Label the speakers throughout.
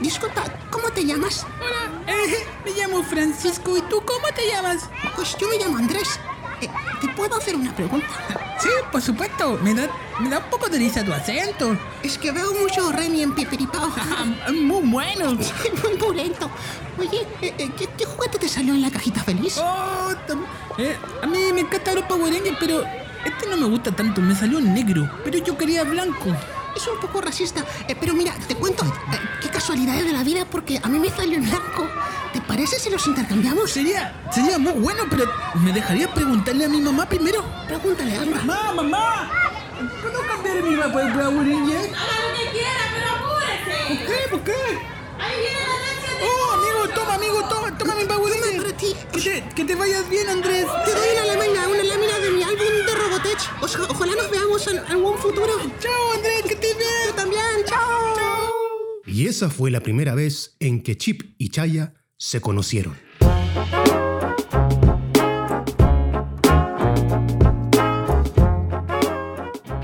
Speaker 1: Disculpa, ¿cómo te llamas?
Speaker 2: Hola, eh, me llamo Francisco. ¿Y tú cómo te llamas?
Speaker 1: Pues yo me llamo Andrés. Eh, ¿Te puedo hacer una pregunta?
Speaker 2: Sí, por supuesto. Me da, me da un poco de risa tu acento.
Speaker 1: Es que veo mucho Remy en Pipiripao.
Speaker 2: Ah, Muy bueno.
Speaker 1: Muy purento. Oye, eh, eh, ¿qué, qué juguete te salió en la cajita feliz?
Speaker 2: Oh, tam- eh, a mí me encantan los Power Rangers, pero este no me gusta tanto. Me salió negro, pero yo quería blanco.
Speaker 1: Es un poco racista, eh, pero mira, te cuento eh, qué casualidades de la vida porque a mí me salió en blanco. ¿Te parece si los intercambiamos?
Speaker 2: Sería, sería muy bueno, pero ¿me dejaría preguntarle a mi mamá primero?
Speaker 1: Pregúntale, Alma.
Speaker 2: Mamá, mamá. ¿Puedo cambiar mi mapa de Power Ranger?
Speaker 3: Haga lo que quiera, pero apúrese.
Speaker 2: ¿Qué? ¿Por qué?
Speaker 3: Ahí viene la taxi de...
Speaker 2: Oh, amigo, toma, amigo, toma, toma mi Power Ranger.
Speaker 1: Entre ti.
Speaker 2: Que te, que te vayas bien, Andrés.
Speaker 1: Te doy una lámina, una lámina de mi álbum de Robotech. Oja- ojalá nos veamos en algún futuro.
Speaker 2: Chao, Andrés, que estés bien.
Speaker 1: Yo también, chao.
Speaker 4: Y esa fue la primera vez en que Chip y Chaya se conocieron.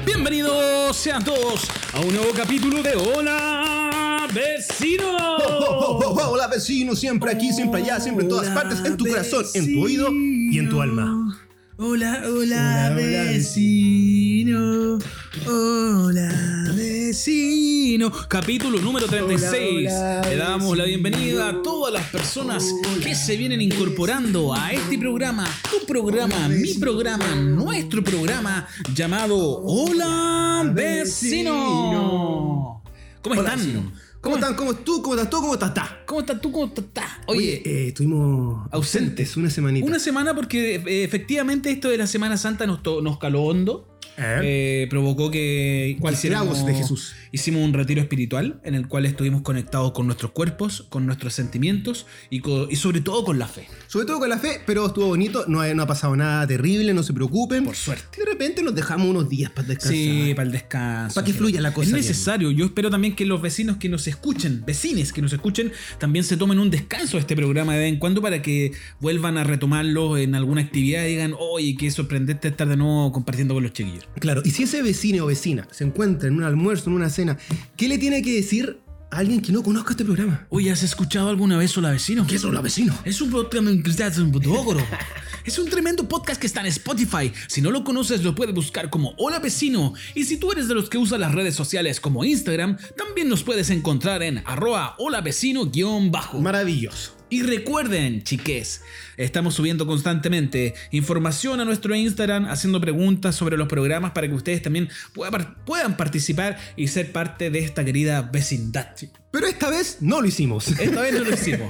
Speaker 5: Bienvenidos sean todos a un nuevo capítulo de Hola Vecino.
Speaker 4: Oh, oh, oh, hola vecino, siempre aquí, siempre allá, siempre en todas
Speaker 2: Hola,
Speaker 4: partes, en tu corazón, en tu oído y en tu alma.
Speaker 2: Hola, hola,
Speaker 4: hola,
Speaker 2: vecino. Hola,
Speaker 5: Vecino, capítulo número 36.
Speaker 2: Hola, hola,
Speaker 5: Le damos la
Speaker 2: vecino.
Speaker 5: bienvenida a todas las personas que se vienen incorporando a este programa, tu programa, mi programa, nuestro programa llamado Hola Vecino. ¿Cómo
Speaker 4: Hola, vecino.
Speaker 5: están?
Speaker 4: ¿Cómo están? ¿Cómo tú? ¿Cómo estás tú? ¿Cómo estás? tá?
Speaker 5: ¿Cómo estás tú? ¿Cómo estás? Oye,
Speaker 4: eh, estuvimos ausentes una semanita.
Speaker 5: Una semana porque eh, efectivamente esto de la Semana Santa nos, to- nos caló hondo.
Speaker 4: ¿Eh?
Speaker 5: Eh, provocó que
Speaker 4: ¿Cuál
Speaker 5: hiciéramos-
Speaker 4: clavos de Jesús?
Speaker 5: Hicimos un retiro espiritual en el cual estuvimos conectados con nuestros cuerpos, con nuestros sentimientos y, co- y sobre todo con la fe.
Speaker 4: Sobre todo con la fe, pero estuvo bonito, no, ha- no ha pasado nada terrible, no se preocupen.
Speaker 5: Por suerte.
Speaker 4: De repente nos dejamos unos días para descansar.
Speaker 5: Sí, para el descanso.
Speaker 4: Para que fluya la cosa
Speaker 5: Es
Speaker 4: bien.
Speaker 5: necesario. Yo espero también que los vecinos que nos escuchen, vecines que nos escuchen, también se tomen un descanso de este programa de vez en cuando para que vuelvan a retomarlo en alguna actividad y digan, oye, qué sorprendente estar de nuevo compartiendo con los chiquillos.
Speaker 4: Claro, y si ese vecino o vecina se encuentra en un almuerzo, en una cena, ¿qué le tiene que decir a alguien que no conozca este programa?
Speaker 5: Oye, ¿has escuchado alguna vez Hola Vecino?
Speaker 4: ¿Qué son los vecinos?
Speaker 5: Es un podcast en cristal, es un podógoro. Es un tremendo podcast que está en Spotify. Si no lo conoces, lo puedes buscar como Hola Vecino. Y si tú eres de los que usa las redes sociales como Instagram, también nos puedes encontrar en arroba hola vecino guión bajo.
Speaker 4: Maravilloso.
Speaker 5: Y recuerden, chiques, estamos subiendo constantemente información a nuestro Instagram, haciendo preguntas sobre los programas para que ustedes también pueda par- puedan participar y ser parte de esta querida vecindad.
Speaker 4: Pero esta vez no lo hicimos.
Speaker 5: Esta vez no lo hicimos.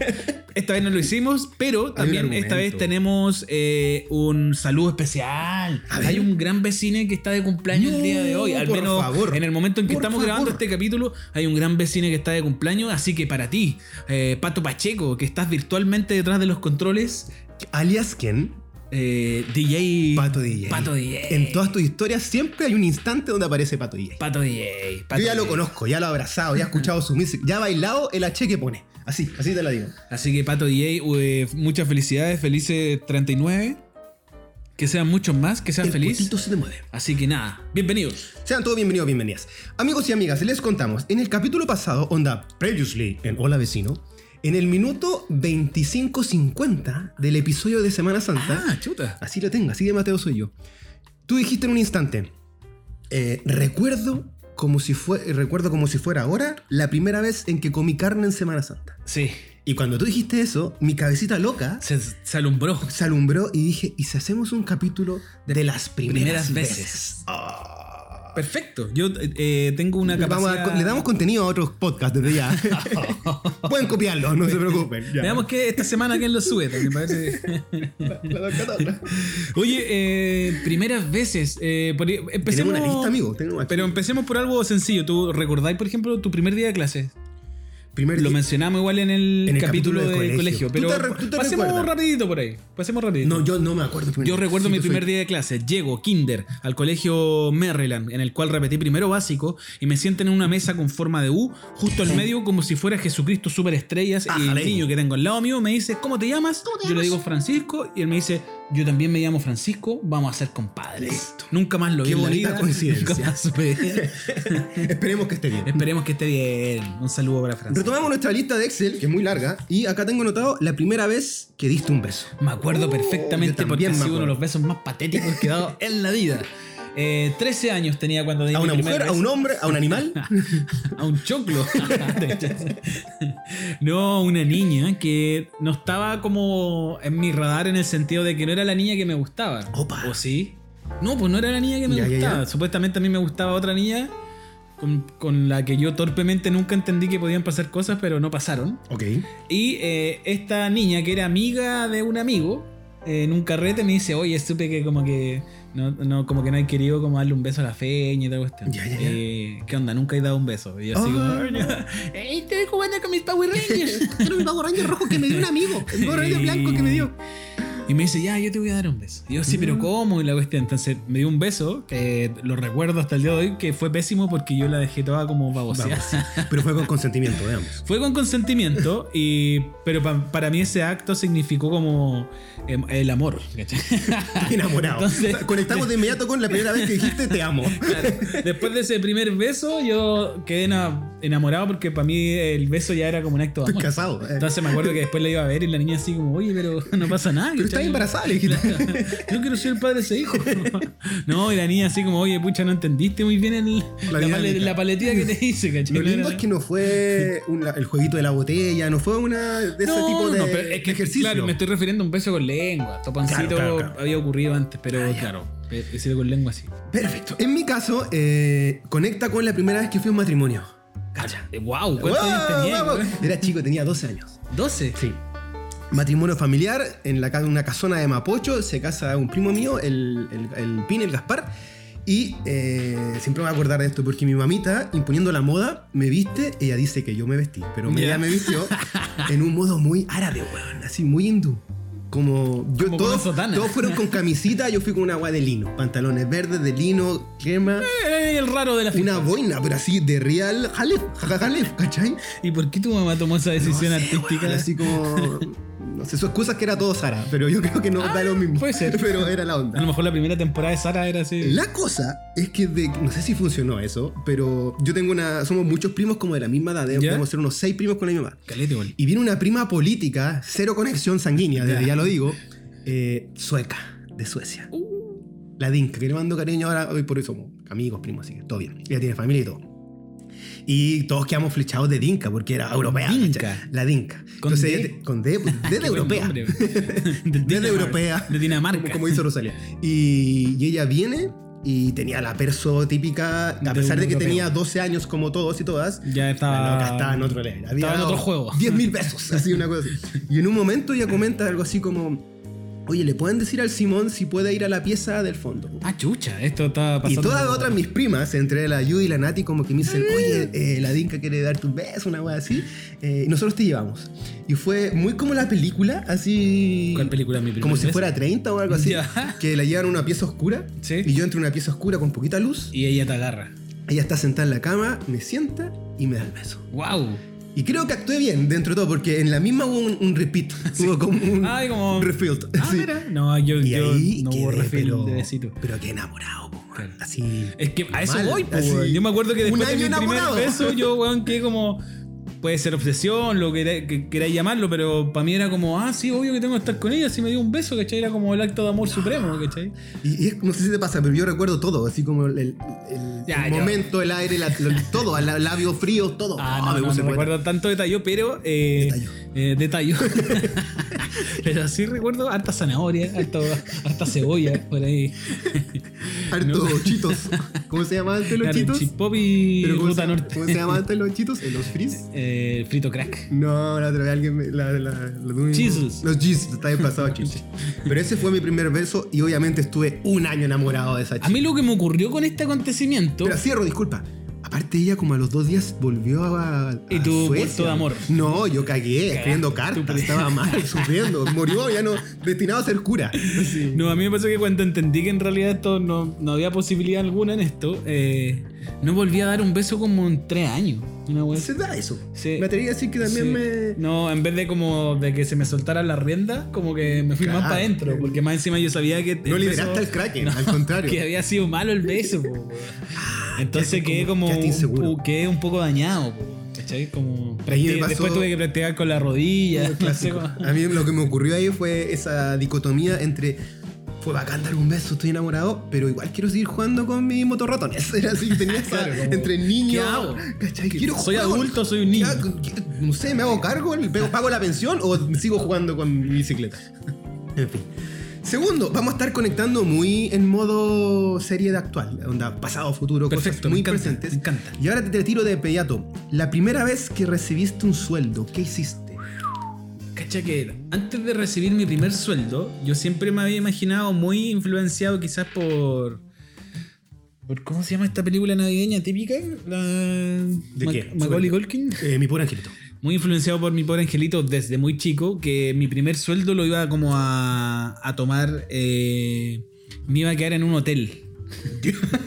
Speaker 5: Esta vez no lo hicimos, pero también esta vez
Speaker 4: argumento.
Speaker 5: tenemos eh, un saludo especial.
Speaker 4: A ver.
Speaker 5: Hay un gran vecino que está de cumpleaños el día de hoy.
Speaker 4: No,
Speaker 5: Al
Speaker 4: por
Speaker 5: menos
Speaker 4: favor.
Speaker 5: en el momento en que
Speaker 4: Por
Speaker 5: estamos
Speaker 4: favor.
Speaker 5: grabando este capítulo, hay un gran vecino que está de cumpleaños. Así que para ti, eh, Pato Pacheco, que estás virtualmente detrás de los controles,
Speaker 4: Alias Ken,
Speaker 5: eh, DJ.
Speaker 4: Pato DJ.
Speaker 5: Pato DJ.
Speaker 4: En todas tus historias siempre hay un instante donde aparece Pato DJ.
Speaker 5: Pato DJ. Pato
Speaker 4: Yo ya lo
Speaker 5: DJ.
Speaker 4: conozco, ya lo he abrazado, ya he escuchado su music, ya he bailado el H que pone. Así, así te la digo.
Speaker 5: Así que Pato DJ, eh, muchas felicidades, felices 39. Que sean muchos más, que sean
Speaker 4: El
Speaker 5: felices.
Speaker 4: potito se te mueve.
Speaker 5: Así que nada, bienvenidos.
Speaker 4: Sean todos bienvenidos, bienvenidas. Amigos y amigas, les contamos, en el capítulo pasado, onda Previously en Hola Vecino, en el minuto 25.50 del episodio de Semana Santa,
Speaker 5: Ah. chuta.
Speaker 4: así lo tengo, así de Mateo soy yo, tú dijiste en un instante, eh, recuerdo, como si fue, recuerdo como si fuera ahora la primera vez en que comí carne en Semana Santa.
Speaker 5: Sí,
Speaker 4: Y cuando tú dijiste eso, mi cabecita loca
Speaker 5: se, se alumbró.
Speaker 4: se alumbró y dije, ¿y si hacemos un capítulo de las primeras,
Speaker 5: Primeras
Speaker 4: veces?
Speaker 5: veces. Ah. Perfecto. Yo eh, tengo una
Speaker 4: Le, vamos a-
Speaker 5: capacidad.
Speaker 4: le damos contenido a otros podcasts desde ya. Pueden copiarlo, no se preocupen. ya.
Speaker 5: Veamos que esta semana quién lo sube también, parece.
Speaker 4: La doctora Tabla.
Speaker 5: Oye, eh, primeras veces. eh, por-
Speaker 4: Tenemos
Speaker 5: empecemos,
Speaker 4: una lista, amigo. tenemos una-
Speaker 5: Pero empecemos por algo sencillo. ¿Tú recordáis, por ejemplo, tu primer día de clases?
Speaker 4: Primer
Speaker 5: Lo
Speaker 4: día-
Speaker 5: mencionamos igual en el,
Speaker 4: En el
Speaker 5: capítulo,
Speaker 4: capítulo del
Speaker 5: del colegio.
Speaker 4: colegio. ¿Tú
Speaker 5: pero
Speaker 4: te re- tú te
Speaker 5: pasemos
Speaker 4: recuerdas?
Speaker 5: rapidito por ahí. Pasemos rapidito.
Speaker 4: No, yo no me acuerdo.
Speaker 5: Yo recuerdo mi primer
Speaker 4: día
Speaker 5: día de clase. Llego, kinder, al colegio Maryland, en el cual repetí primero básico, y me sienten en una mesa con forma de U, justo al medio, como si fuera Jesucristo Superestrellas. y el
Speaker 4: Ájale.
Speaker 5: niño que tengo al lado mío me dice, ¿cómo te llamas?
Speaker 1: ¿Cómo te
Speaker 5: Yo le
Speaker 1: llamas?
Speaker 5: digo Francisco, y él me dice, Yo también me llamo Francisco, vamos a ser compadres.
Speaker 4: Listo.
Speaker 5: Nunca más lo vi
Speaker 4: Qué
Speaker 5: en la
Speaker 4: bonita
Speaker 5: vida,
Speaker 4: coincidencia.
Speaker 5: nunca más supe de él.
Speaker 4: Esperemos que esté bien.
Speaker 5: Esperemos que esté bien. Un saludo para Francisco.
Speaker 4: Retomamos nuestra lista de Excel, que es muy larga, y acá tengo anotado la primera vez que diste un beso.
Speaker 5: Me acuerdo
Speaker 4: Oh,
Speaker 5: perfectamente
Speaker 4: yo
Speaker 5: porque
Speaker 4: también
Speaker 5: ha
Speaker 4: me
Speaker 5: sido uno de
Speaker 4: acuerdo.
Speaker 5: los besos más patéticos que he dado en la vida. Eh, 13 años tenía cuando di
Speaker 4: ¿A
Speaker 5: mi
Speaker 4: una
Speaker 5: primer
Speaker 4: mujer, a
Speaker 5: beso.
Speaker 4: un hombre, a un animal?
Speaker 5: a un choclo. no, una niña que no estaba como en mi radar en el sentido de que no era la niña que me gustaba.
Speaker 4: Opa.
Speaker 5: ¿O sí? No, pues no era la niña que me
Speaker 4: Ya, ya,
Speaker 5: gustaba.
Speaker 4: ya.
Speaker 5: Supuestamente a mí me gustaba otra niña con, con la que yo torpemente nunca entendí que podían pasar cosas, pero no pasaron.
Speaker 4: Ok.
Speaker 5: Y eh, esta niña, que era amiga de un amigo, eh, en un carrete me dice, oye, supe que como que no, no, como que no he querido como darle un beso a la feña y tal cuestión.
Speaker 4: Ya, ya, ya.
Speaker 5: Eh, ¿Qué onda? Nunca he dado un beso. Y yo así
Speaker 4: Ah.
Speaker 5: como, "Ay, no. Eh, estoy jugando con mis Power Rangers.
Speaker 1: Era mi Power Ranger rojo que me dio un amigo. El Power Ranger blanco que me dio.
Speaker 5: Y me dice, ya, yo te voy a dar un beso. Y yo, sí, pero ¿cómo? Y la cuestión. Entonces me dio un beso, que lo recuerdo hasta el día de hoy, que fue pésimo porque yo la dejé toda como baboseada.
Speaker 4: Vamos. Pero fue con consentimiento, veamos.
Speaker 5: Fue con consentimiento, y, pero pa- para mí ese acto significó como em, el amor. ¿cachai?
Speaker 4: Enamorado.
Speaker 5: Entonces-
Speaker 4: Conectamos de inmediato con la primera vez que dijiste te amo.
Speaker 5: Claro, Después de ese primer beso, yo quedé ena- enamorado porque para mí el beso ya era como un acto de amor.
Speaker 4: Estoy casado. eh.
Speaker 5: Entonces me acuerdo que después la iba a ver y la niña así como, oye, pero no pasa nada.
Speaker 4: Pero
Speaker 5: ¿cachai?
Speaker 4: estás embarazada, le dijiste.
Speaker 5: Yo quiero ser el padre de ese hijo. No, y la niña así como, oye, pucha, no entendiste muy bien el- la,
Speaker 4: La
Speaker 5: pale-
Speaker 4: dinámica.
Speaker 5: la paletilla que te hice, ¿cachai?
Speaker 4: Lo
Speaker 5: No
Speaker 4: lindo
Speaker 5: era-
Speaker 4: es que no fue un- el jueguito de la botella, no fue una de ese
Speaker 5: No,
Speaker 4: tipo de,
Speaker 5: no, pero es que,
Speaker 4: de ejercicio.
Speaker 5: Claro, me estoy refiriendo a un beso con lengua. Topancito
Speaker 4: Claro, claro, Ah, claro.
Speaker 5: había ocurrido antes, pero claro, he he sido con lengua así.
Speaker 4: Perfecto. En mi caso, eh, conecta con la primera vez que fui a un matrimonio.
Speaker 5: Cacha. Wow, Ah, ¿cuántos años
Speaker 4: ¡Wow!
Speaker 5: tenía?
Speaker 4: Vamos.
Speaker 5: güey?
Speaker 4: Era chico, tenía 12 años.
Speaker 5: 12.
Speaker 4: Sí. Matrimonio familiar en la casa, una casona de Mapocho. Se casa un primo mío, el, el, el Pin, el Gaspar. Y eh, siempre me voy a acordar de esto porque mi mamita, imponiendo la moda, me viste. Ella dice que yo me vestí, pero
Speaker 5: Ya.
Speaker 4: ella me vistió en un modo muy árabe, weón. Así, muy hindú. Como yo,
Speaker 5: Como con
Speaker 4: todos,
Speaker 5: una sotana.
Speaker 4: todos fueron con camisita, yo fui con una agua de lino. Pantalones verdes de lino, crema,
Speaker 5: Eh, el raro de la
Speaker 4: una
Speaker 5: fiesta.
Speaker 4: boina, pero así de real, jalef, jajajalef, ¿cachai?
Speaker 5: ¿Y por qué tu mamá tomó esa decisión
Speaker 4: No sé,
Speaker 5: artística?
Speaker 4: weón, así como. No sé, su excusa es que era todo Sara, pero yo creo que no da lo mismo.
Speaker 5: puede ser.
Speaker 4: Pero era la
Speaker 5: A
Speaker 4: onda.
Speaker 5: lo mejor la primera temporada de Sara era así.
Speaker 4: La cosa es que de- no sé si funcionó eso, pero yo tengo una. Somos muchos primos como de la misma edad,
Speaker 5: ¿Ya?
Speaker 4: debemos ser unos seis primos con la misma edad.
Speaker 5: Caleta igual.
Speaker 4: Y viene una prima política, cero conexión sanguínea, desde
Speaker 5: Ya.
Speaker 4: ya lo digo, eh, sueca, de Suecia. La Dinka, que le mando cariño ahora, hoy por hoy somos amigos, primos, así que todo bien. Ella tiene familia y todo. Y todos quedamos flechados de Dinka, porque era europea.
Speaker 5: Dinka.
Speaker 4: ¿cachai? La Dinka.
Speaker 5: ¿Con
Speaker 4: Entonces,
Speaker 5: D?
Speaker 4: ella te- con D, pues, D de
Speaker 5: Qué buen
Speaker 4: europea.
Speaker 5: nombre, güey. de
Speaker 4: Desde
Speaker 5: Dinamarca.
Speaker 4: europea.
Speaker 5: De Dinamarca.
Speaker 4: Como, como hizo Rosalía. Y, y ella viene y tenía la perso típica, a
Speaker 5: De
Speaker 4: pesar
Speaker 5: un
Speaker 4: de que
Speaker 5: europeo.
Speaker 4: tenía 12 años como todos y todas.
Speaker 5: Ya estaba-
Speaker 4: La loca estaba en otro level. Había
Speaker 5: estaba en
Speaker 4: dado
Speaker 5: otro juego.
Speaker 4: 10 mil pesos, así una cosa así. Y en un momento ella comenta algo así como: Oye, ¿le pueden decir al Simón si puede ir a la pieza del fondo?
Speaker 5: Ah, chucha, esto estaba
Speaker 4: Y
Speaker 5: Ah, pasando.
Speaker 4: todas otras mis primas, entre la Yu y la Nati, como que me dicen, oye, eh, la Dinka quiere darte un beso, una wea así, eh, y nosotros te llevamos. Y fue muy como la película, así...
Speaker 5: ¿Cuál película, mi primer
Speaker 4: Como si
Speaker 5: beso?
Speaker 4: fuera 30 o algo así,
Speaker 5: Ya.
Speaker 4: que la llevan a una pieza oscura,
Speaker 5: Sí.
Speaker 4: y yo entro a una pieza oscura con poquita luz,
Speaker 5: Y ella te agarra.
Speaker 4: ella está sentada en la cama, me sienta y me da el beso.
Speaker 5: ¡Wow!
Speaker 4: Y creo que actué bien dentro de todo, porque en la misma hubo un, un repeat, hubo como un
Speaker 5: Ay, como-
Speaker 4: refill.
Speaker 5: Ah,
Speaker 4: sí.
Speaker 5: mira. No, yo,
Speaker 4: Y
Speaker 5: yo
Speaker 4: ahí
Speaker 5: no hubo
Speaker 4: quedé,
Speaker 5: refil
Speaker 4: pero,
Speaker 5: de besito.
Speaker 4: pero qué enamorado, po, weón.
Speaker 5: Claro. Eh.
Speaker 4: así...
Speaker 5: Es que a eso
Speaker 4: Mal,
Speaker 5: voy, po,
Speaker 4: así.
Speaker 5: weón. Yo me acuerdo que
Speaker 4: Un
Speaker 5: después de mi
Speaker 4: año enamorado.
Speaker 5: primer beso, yo, weón, que como. Puede ser obsesión, lo que queráis que queráis llamarlo, pero para mí era como, ah, sí, obvio que tengo que estar con ella, si me dio un beso, ¿cachai? Era como el acto de amor supremo, ¿cachai?
Speaker 4: Y, y es- no sé si te pasa, pero yo recuerdo todo, así como el, el- el-
Speaker 5: Ya,
Speaker 4: el
Speaker 5: ya.
Speaker 4: momento, el aire, la- lo- todo, el labio frío, todo.
Speaker 5: Ah,
Speaker 4: Ah,
Speaker 5: no,
Speaker 4: me
Speaker 5: no,
Speaker 4: puse
Speaker 5: no
Speaker 4: poeta.
Speaker 5: recuerdo tanto detalle, pero. Eh,
Speaker 4: Detallo.
Speaker 5: eh, detallo. pero sí recuerdo harta zanahoria, harta, harta cebolla, por ahí.
Speaker 4: Harto chitos. ¿Cómo se llamaban antes los
Speaker 5: Claro,
Speaker 4: chitos?
Speaker 5: chip pop y
Speaker 4: Pero ¿cómo,
Speaker 5: ruta
Speaker 4: se,
Speaker 5: norte.
Speaker 4: ¿Cómo se Ah, llamaban antes los chitos? Eh, ¿Los frizz?
Speaker 5: Eh, frito crack.
Speaker 4: No, la otra vez alguien me, la, la, la- la- un-
Speaker 5: Jesus.
Speaker 4: Los Jesus, está bien pasado chitos. Pero ese fue mi primer verso y obviamente estuve un año enamorado de esa
Speaker 5: A
Speaker 4: chica.
Speaker 5: mí lo que me ocurrió con este acontecimiento.
Speaker 4: Pero cierro, disculpa. Aparte, ella como a los dos días volvió a. a
Speaker 5: Y tú, por
Speaker 4: Suecia.
Speaker 5: todo amor.
Speaker 4: No, yo cagué escribiendo cartas. Estaba mal, sufriendo. Murió, ya no. Destinado a ser cura. Así.
Speaker 5: No, a mí me pasó que cuando entendí que en realidad esto no, no había posibilidad alguna en esto, eh, no volví a dar un beso como en tres años. Una wea así.
Speaker 4: Se da eso.
Speaker 5: Sí.
Speaker 4: Me atrevería a decir que también
Speaker 5: Sí.
Speaker 4: me.
Speaker 5: No, en vez de como de que se me soltara la rienda, como que me fui más
Speaker 4: Claro.
Speaker 5: para adentro, porque más encima yo sabía que...
Speaker 4: No
Speaker 5: el
Speaker 4: liberaste
Speaker 5: beso-
Speaker 4: al Kraken,
Speaker 5: No,
Speaker 4: al contrario.
Speaker 5: Que había sido malo el beso, po, weón. Entonces
Speaker 4: quedaste
Speaker 5: quedé
Speaker 4: Ah, como-
Speaker 5: como...
Speaker 4: quedaste
Speaker 5: un,
Speaker 4: inseguro.
Speaker 5: po- quedé un poco dañado, po, ¿cachai? Como...
Speaker 4: Ahí me
Speaker 5: practi-
Speaker 4: pasó-
Speaker 5: Después tuve que practicar con la rodilla.
Speaker 4: Muy
Speaker 5: no sé
Speaker 4: clásico.
Speaker 5: cómo.
Speaker 4: A mí lo que me ocurrió ahí fue esa dicotomía entre fue bacán dar un beso, estoy enamorado, pero igual quiero seguir jugando con mis motorratones. Era así que tenía esa
Speaker 5: Claro, como,
Speaker 4: entre
Speaker 5: ¿qué
Speaker 4: niño.
Speaker 5: hago?
Speaker 4: ¿cachai?
Speaker 5: ¿Qué-
Speaker 4: Quiero
Speaker 5: soy
Speaker 4: jugar.
Speaker 5: adulto, soy un niño?
Speaker 4: ¿Qué- qué- No sé, ¿me hago cargo? ¿Le pego- ¿Pago la pensión o sigo jugando con mi bicicleta? En fin. Segundo, vamos a estar conectando muy en modo serie de actual, onda pasado, futuro,
Speaker 5: Perfecto,
Speaker 4: cosas muy
Speaker 5: me encanta,
Speaker 4: presentes.
Speaker 5: me encanta.
Speaker 4: Y ahora te tiro de inmediato. La primera vez que recibiste un sueldo, ¿qué hiciste?
Speaker 5: Cacha que antes de recibir mi primer sueldo, yo siempre me había imaginado muy influenciado quizás por... por ¿Cómo se llama esta película navideña típica? La... ¿De
Speaker 4: qué?
Speaker 5: Macaulay Culkin.
Speaker 4: Eh, mi pobre angelito.
Speaker 5: Muy influenciado por mi pobre angelito desde muy chico, que mi primer sueldo lo iba como a, a tomar... eh, me iba a quedar en un hotel.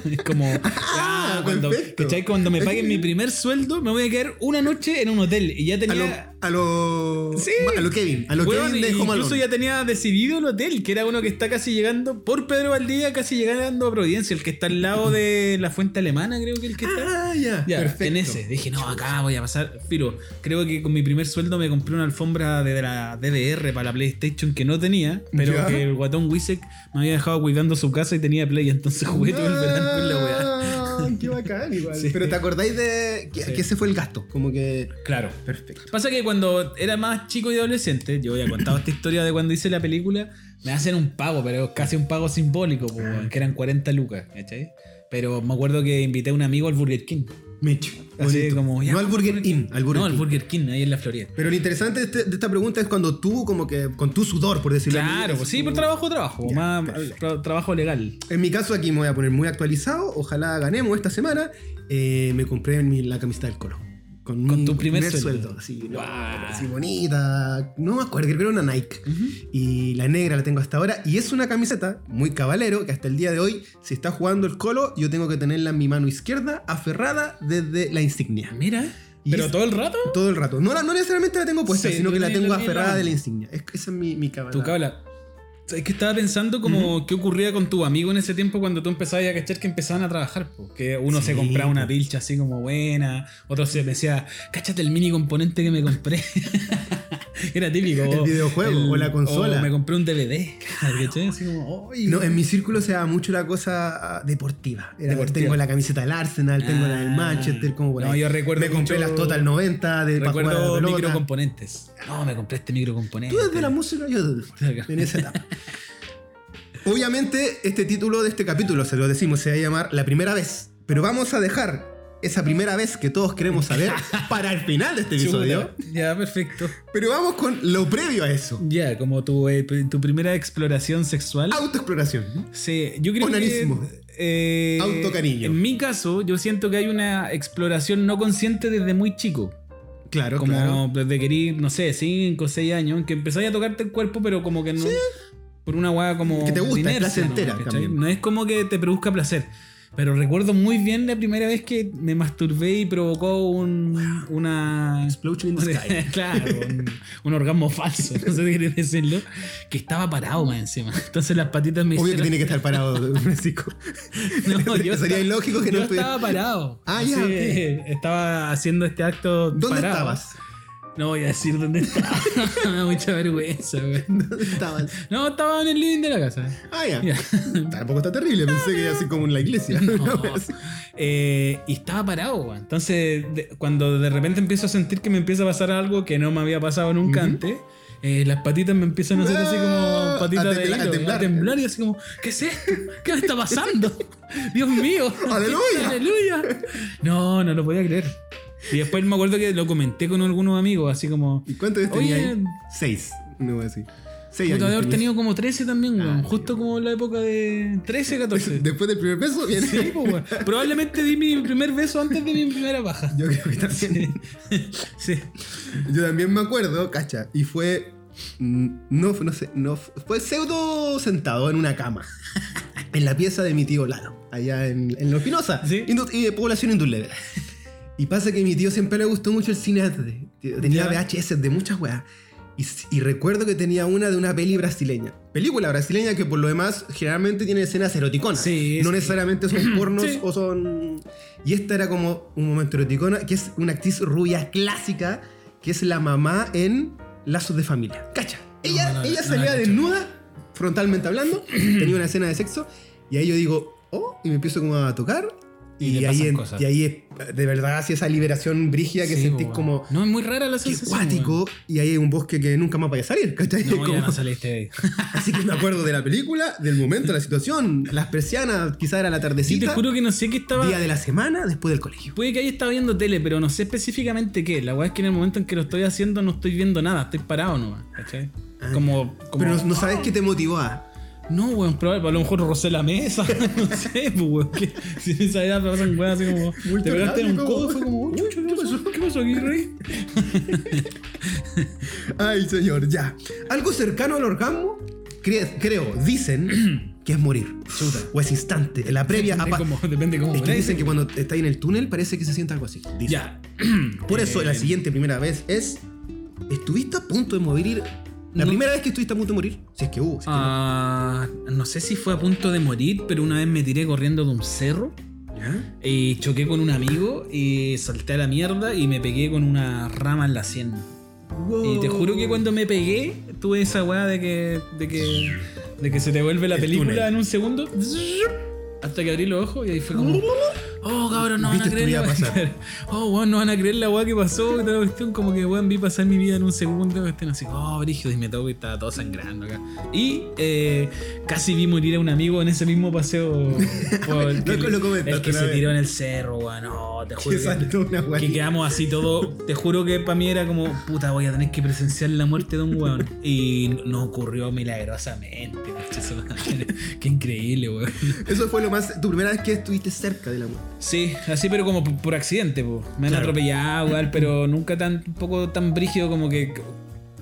Speaker 5: Es como, ah, cuando,
Speaker 4: perfecto.
Speaker 5: ¿cachai? cuando me paguen mi primer sueldo, me voy a quedar una noche en un hotel. Y ya
Speaker 4: A lo,
Speaker 5: tenía.
Speaker 4: a lo,
Speaker 5: Sí.
Speaker 4: a lo Kevin, a lo
Speaker 5: Weón,
Speaker 4: Kevin de
Speaker 5: y
Speaker 4: Home Alone.
Speaker 5: Incluso ya tenía decidido el hotel, que era uno que está casi llegando por Pedro Valdivia, casi llegando a Providencia, el que está al lado de la fuente alemana, creo que el que está.
Speaker 4: Ah, ya,
Speaker 5: Ya,
Speaker 4: perfecto.
Speaker 5: en ese. Dije, no, acá voy a pasar. Filo, creo que con mi primer sueldo me compré una alfombra de la DDR para la PlayStation que no tenía, pero
Speaker 4: Ya.
Speaker 5: que el guatón Wisek me había dejado cuidando su casa y tenía Play, entonces jugué todo el verano con la weá.
Speaker 4: Ah, Qué bacán igual.
Speaker 5: Sí.
Speaker 4: Pero te acordáis de que,
Speaker 5: Sí.
Speaker 4: que ese fue el gasto, como que
Speaker 5: Claro.
Speaker 4: perfecto.
Speaker 5: Pasa que cuando era más chico y adolescente, yo había contado esta historia de cuando hice la película, me hacen un pago, pero casi un pago simbólico, po,
Speaker 4: Ah.
Speaker 5: weón, que eran 40 lucas, ¿cachai? Pero me acuerdo que invité a un amigo al Burger King.
Speaker 4: Mecho.
Speaker 5: Así
Speaker 4: bonito.
Speaker 5: como, ya,
Speaker 4: no al Burger Inn, al Burger
Speaker 5: no, al
Speaker 4: King.
Speaker 5: Burger King, ahí en la Florida.
Speaker 4: Pero lo interesante de, este- de esta pregunta es cuando tú, como que con tu sudor, por decirlo así,
Speaker 5: Claro, pues sí, por trabajo, trabajo,
Speaker 4: Ya,
Speaker 5: más
Speaker 4: perfecto.
Speaker 5: tra- trabajo legal.
Speaker 4: En mi caso aquí me voy a poner muy actualizado. Ojalá ganemos esta semana. Eh, me compré mi- la camiseta del Colo. Con,
Speaker 5: Con
Speaker 4: un
Speaker 5: tu primer sueldo.
Speaker 4: Así, no, así bonita. No me acuerdo, creo que era una Nike. Y la negra la tengo hasta ahora. Y es una camiseta muy cabalero que hasta el día de hoy, si está jugando el Colo, yo tengo que tenerla en mi mano izquierda aferrada desde la insignia.
Speaker 5: Mira,
Speaker 4: Y
Speaker 5: pero
Speaker 4: es-
Speaker 5: todo el rato.
Speaker 4: Todo el rato. No, la- no necesariamente la tengo puesta,
Speaker 5: Sí,
Speaker 4: sino
Speaker 5: tú
Speaker 4: que la
Speaker 5: tenés-
Speaker 4: tengo
Speaker 5: la tenés en la
Speaker 4: aferrada
Speaker 5: mano.
Speaker 4: de la insignia. Es, esa es mi, mi
Speaker 5: Tu
Speaker 4: cabalada.
Speaker 5: cabla. Es que estaba pensando como qué ocurría con tu amigo en ese tiempo cuando tú empezabas ya a cachar que empezaban a trabajar. po. Que uno se
Speaker 4: Sí,
Speaker 5: compraba una
Speaker 4: po.
Speaker 5: pilcha así como buena, otro se decía, cáchate el mini componente que me compré. Era típico.
Speaker 4: El
Speaker 5: o
Speaker 4: videojuego, o la consola.
Speaker 5: o me compré un DVD. ¿cachai? Así como, "Ay,
Speaker 4: No, en mi círculo se daba mucho la cosa ah, deportiva. Era,
Speaker 5: Deportiva.
Speaker 4: Tengo la camiseta del Arsenal, tengo la del
Speaker 5: Ah.
Speaker 4: Manchester, como por
Speaker 5: No,
Speaker 4: ahí.
Speaker 5: yo recuerdo
Speaker 4: Me compré
Speaker 5: mucho-
Speaker 4: las Total 90 de para jugar a la
Speaker 5: Recuerdo
Speaker 4: pelota.
Speaker 5: microcomponentes. No, me compré este microcomponente.
Speaker 4: Tú desde la música, yo desde- en esa etapa. Obviamente, este título de este capítulo, se lo decimos, se va a llamar La Primera Vez. Pero vamos a dejar esa primera vez que todos queremos saber para el final de este episodio.
Speaker 5: Chuta. Ya, perfecto.
Speaker 4: Pero vamos con lo previo a eso.
Speaker 5: Ya, como tu, eh, tu primera exploración sexual.
Speaker 4: Autoexploración.
Speaker 5: Sí, yo creo
Speaker 4: Onanismo.
Speaker 5: que. eh,
Speaker 4: Autocariño.
Speaker 5: En mi caso, yo siento que hay una exploración no consciente desde muy chico.
Speaker 4: Claro,
Speaker 5: Como
Speaker 4: claro.
Speaker 5: desde que erí, no sé, 5 o 6 años, que empezáis a tocarte el cuerpo, pero como que no. Por una hueá como.
Speaker 4: Que te gusta,
Speaker 5: de
Speaker 4: es placentera
Speaker 5: ¿no? ¿Cachai?
Speaker 4: también.
Speaker 5: No es como que te produzca placer. Pero recuerdo muy bien la primera vez que me masturbé y provocó un, una.
Speaker 4: Explosion in the sky.
Speaker 5: claro, un, un orgasmo falso, no sé si querés decirlo. Que estaba parado más encima. Entonces las patitas me
Speaker 4: Obvio que
Speaker 5: hicieron-
Speaker 4: tiene que estar parado, Francisco.
Speaker 5: No, yo
Speaker 4: Sería
Speaker 5: estaba-
Speaker 4: ilógico que
Speaker 5: yo
Speaker 4: no estuviera.
Speaker 5: estaba parado.
Speaker 4: Ah,
Speaker 5: Así,
Speaker 4: ya, ok.
Speaker 5: eh, Estaba haciendo este acto.
Speaker 4: ¿Dónde
Speaker 5: parado.
Speaker 4: estabas?
Speaker 5: No voy a decir dónde estaba. Me da mucha vergüenza, güey.
Speaker 4: ¿Dónde estabas?
Speaker 5: No, estaba en el living de la casa.
Speaker 4: Ah, ya.
Speaker 5: Ya.
Speaker 4: Tampoco está terrible, pensé que era así como en la iglesia.
Speaker 5: No. Eh, y estaba parado, güey. Entonces, de- cuando de repente empiezo a sentir que me empieza a pasar algo que no me había pasado nunca antes. eh, las patitas me empiezan a hacer así como
Speaker 4: Ah,
Speaker 5: patitas
Speaker 4: a
Speaker 5: de
Speaker 4: temblar, a
Speaker 5: hilo,
Speaker 4: temblar.
Speaker 5: y así como, ¿qué es esto? ¿Qué me está pasando? Dios mío.
Speaker 4: Aleluya.
Speaker 5: Aleluya. No, no lo podía creer. Y después me acuerdo que lo comenté con algunos amigos, así como,
Speaker 4: ¿Y cuántos años tenía
Speaker 5: Oye.
Speaker 4: ahí? Seis, no voy a decir. Seis
Speaker 5: Puta,
Speaker 4: años
Speaker 5: de haber
Speaker 4: tenía.
Speaker 5: tenido como 13 también,
Speaker 4: Ah,
Speaker 5: weón. Justo como la época de 13, 14.
Speaker 4: Después del primer beso viene.
Speaker 5: Sí, pues, weón. Probablemente di mi primer beso antes de mi primera baja.
Speaker 4: Yo creo que también.
Speaker 5: Sí.
Speaker 4: Yo también me acuerdo, cacha, y fue. mm, No, no sé, no. Fue pseudo sentado en una cama. En la pieza de mi tío Lalo, allá en, en Los Pinoza.
Speaker 5: Sí.
Speaker 4: Indu- Y de población indulera. Y pasa que mi tío siempre le gustó mucho el cine arte. Tenía
Speaker 5: Ya.
Speaker 4: VHS de muchas weas. Y, s- y recuerdo que tenía una de una peli brasileña. Película brasileña que por lo demás generalmente tiene escenas eroticonas.
Speaker 5: Sí,
Speaker 4: no
Speaker 5: sí.
Speaker 4: necesariamente son pornos
Speaker 5: Sí.
Speaker 4: o son... Y esta era como un momento eroticona, que es una actriz rubia clásica, que es la mamá en Lazos de Familia. Cacha. Ella,
Speaker 5: no,
Speaker 4: ella
Speaker 5: no
Speaker 4: salía
Speaker 5: la cacho.
Speaker 4: desnuda, frontalmente hablando, tenía una escena de sexo, y ahí yo digo, oh, y me empiezo como a tocar.
Speaker 5: Y
Speaker 4: Y,
Speaker 5: te
Speaker 4: ahí,
Speaker 5: pasan
Speaker 4: en-
Speaker 5: cosas.
Speaker 4: y ahí es, de verdad, así esa liberación brígida que
Speaker 5: Sí,
Speaker 4: sentís
Speaker 5: pues,
Speaker 4: como
Speaker 5: weón. No, es muy rara la
Speaker 4: qué
Speaker 5: sensación.
Speaker 4: acuático y ahí hay un bosque que nunca más vaya a salir. ¿cachai?
Speaker 5: weón. No, este
Speaker 4: Como-
Speaker 5: ya no saliste de ahí.
Speaker 4: Así que me acuerdo de la película, del momento, la situación, las persianas, quizás era la
Speaker 5: Sí,
Speaker 4: tardecita,
Speaker 5: te juro que no sé qué estaba.
Speaker 4: día de la semana, después del colegio.
Speaker 5: Puede que haya estado viendo tele, pero no sé específicamente qué. La weá es que en el momento en que lo estoy haciendo no estoy viendo nada, estoy parado nomás, ¿cachai? Como. como "Ah".
Speaker 4: Pero no, no sabes qué te motivó a.
Speaker 5: No, weón, probable, a lo mejor rocé la mesa, no sé, pues, weón. que si en esa edad pasan weón así como. te pegaste en un
Speaker 4: orgánico,
Speaker 5: codo y fue como,
Speaker 4: weón.
Speaker 5: "Uy, chucha, ¿qué pasó? ¿Qué pasó aquí, rey?
Speaker 4: Ay, señor, ya. Algo cercano al orgasmo, cre- creo, dicen que es morir. O es instante, la previa.
Speaker 5: Depende
Speaker 4: apa-
Speaker 5: cómo, depende cómo.
Speaker 4: Es que
Speaker 5: weón.
Speaker 4: dicen que cuando estáis en el túnel parece que se siente algo así. Dicen.
Speaker 5: Ya. eh,
Speaker 4: Por eso la siguiente primera vez es. ¿Estuviste a punto de morir? La
Speaker 5: No.
Speaker 4: primera vez que estuviste a punto de morir, si es que hubo. si es que
Speaker 5: Ah, no sé si fue a punto de morir, pero una vez me tiré corriendo de un cerro.
Speaker 4: no. ¿Ya?
Speaker 5: Y choqué con un amigo y salté a la mierda y me pegué con una rama en la sien. Y
Speaker 4: Oh.
Speaker 5: te juro que cuando me pegué, tuve esa weá de que, de que, de que se te vuelve la
Speaker 4: El
Speaker 5: película
Speaker 4: túnel.
Speaker 5: en un segundo. Hasta que abrí los ojos y ahí fue como. Oh, cabrón, no van a
Speaker 4: Viste tu
Speaker 5: creer.
Speaker 4: vida
Speaker 5: la-
Speaker 4: pasar".
Speaker 5: Oh, weón, no van a creer la weá que pasó. y toda la cuestión, como que weón, vi pasar mi vida en un segundo. Cuestión así, oh, brígido, y me toco y estaba todo sangrando acá. Y eh, casi vi morir a un amigo en ese mismo paseo. weón,
Speaker 4: Lo-
Speaker 5: que-
Speaker 4: lo comentaste
Speaker 5: el que
Speaker 4: una
Speaker 5: se
Speaker 4: vez.
Speaker 5: tiró en el cerro, weón. No, te
Speaker 4: Que
Speaker 5: juro.
Speaker 4: saltó una
Speaker 5: Que,
Speaker 4: guay.
Speaker 5: que quedamos así todo. Te juro que para mí era como, puta, voy a tener que presenciar la muerte de un weón. Y no ocurrió milagrosamente. concha su madre. Qué increíble, weón.
Speaker 4: Eso fue lo más. Tu primera vez que estuviste cerca de la muerte.
Speaker 5: Sí, así pero como por accidente, po. me han
Speaker 4: Claro.
Speaker 5: atropellado, igual, pero nunca tan un poco tan brígido como que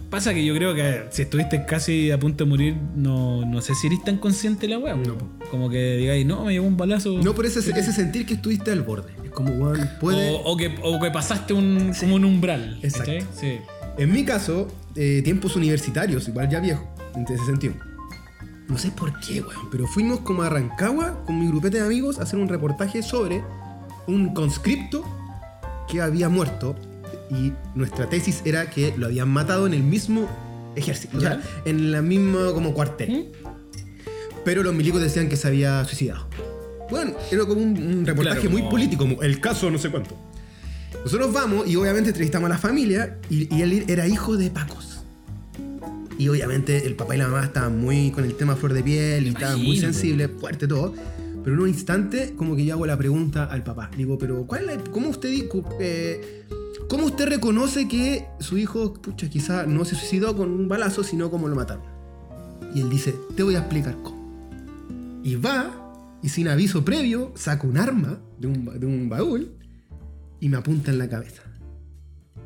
Speaker 5: pasa que yo creo que eh, si estuviste casi a punto de morir, no, no sé si eres tan consciente de la weá, po.
Speaker 4: No, po.
Speaker 5: como que digáis, no, me llegó un balazo.
Speaker 4: No por ese, ese sentir que estuviste al borde. Es como, weón, puede.
Speaker 5: o, o que, o que pasaste un, como un umbral.
Speaker 4: Exacto.
Speaker 5: ¿cachai? Sí.
Speaker 4: En mi caso, eh, tiempos universitarios, igual ya viejo, en ese sentido. No sé por qué, weón, pero fuimos como a Rancagua con mi grupete de amigos a hacer un reportaje sobre un conscripto que había muerto y nuestra tesis era que lo habían matado en el mismo ejército, o sea, en la misma como cuartel. Pero los milicos decían que se había suicidado. Bueno, era como un, un reportaje
Speaker 5: Claro,
Speaker 4: muy
Speaker 5: como-
Speaker 4: político, como el caso no sé cuánto. Nosotros vamos y obviamente entrevistamos a la familia y, y él era hijo de Pacos. Y obviamente el papá y la mamá estaban muy con el tema flor de piel y estaban muy
Speaker 5: imagino.
Speaker 4: sensibles, fuerte todo. Pero en un instante como que yo hago la pregunta al papá. Le digo, pero ¿cuál es la- ¿cómo usted di- cu- eh, cómo usted reconoce que su hijo, pucha, quizá no se suicidó con un balazo, sino como lo mataron? Y él dice, te voy a explicar cómo. Y va, y sin aviso previo, saca un arma de un, ba- de un baúl y me apunta en la cabeza.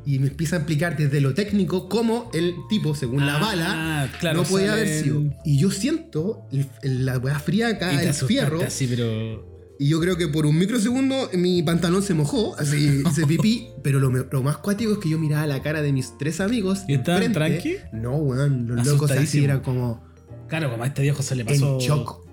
Speaker 4: Y me empieza a explicar desde lo técnico cómo el tipo, según la
Speaker 5: Ah,
Speaker 4: bala,
Speaker 5: claro,
Speaker 4: no podía
Speaker 5: sale-
Speaker 4: haber sido. Y yo siento el- el- la weá
Speaker 5: Y
Speaker 4: friaca,
Speaker 5: te
Speaker 4: Ah, el
Speaker 5: asustaste
Speaker 4: fierro.
Speaker 5: así, pero.
Speaker 4: Y yo creo que por un microsegundo mi pantalón se mojó, así se pipí. Pero lo, me- lo más cuático es que yo miraba la cara de mis tres amigos.
Speaker 5: ¿Y estaban
Speaker 4: enfrente.
Speaker 5: tranqui?
Speaker 4: No, weón. Los locos así
Speaker 5: Asustadísimo.
Speaker 4: eran como
Speaker 5: Claro, como a este viejo se le pasó.
Speaker 4: en shock.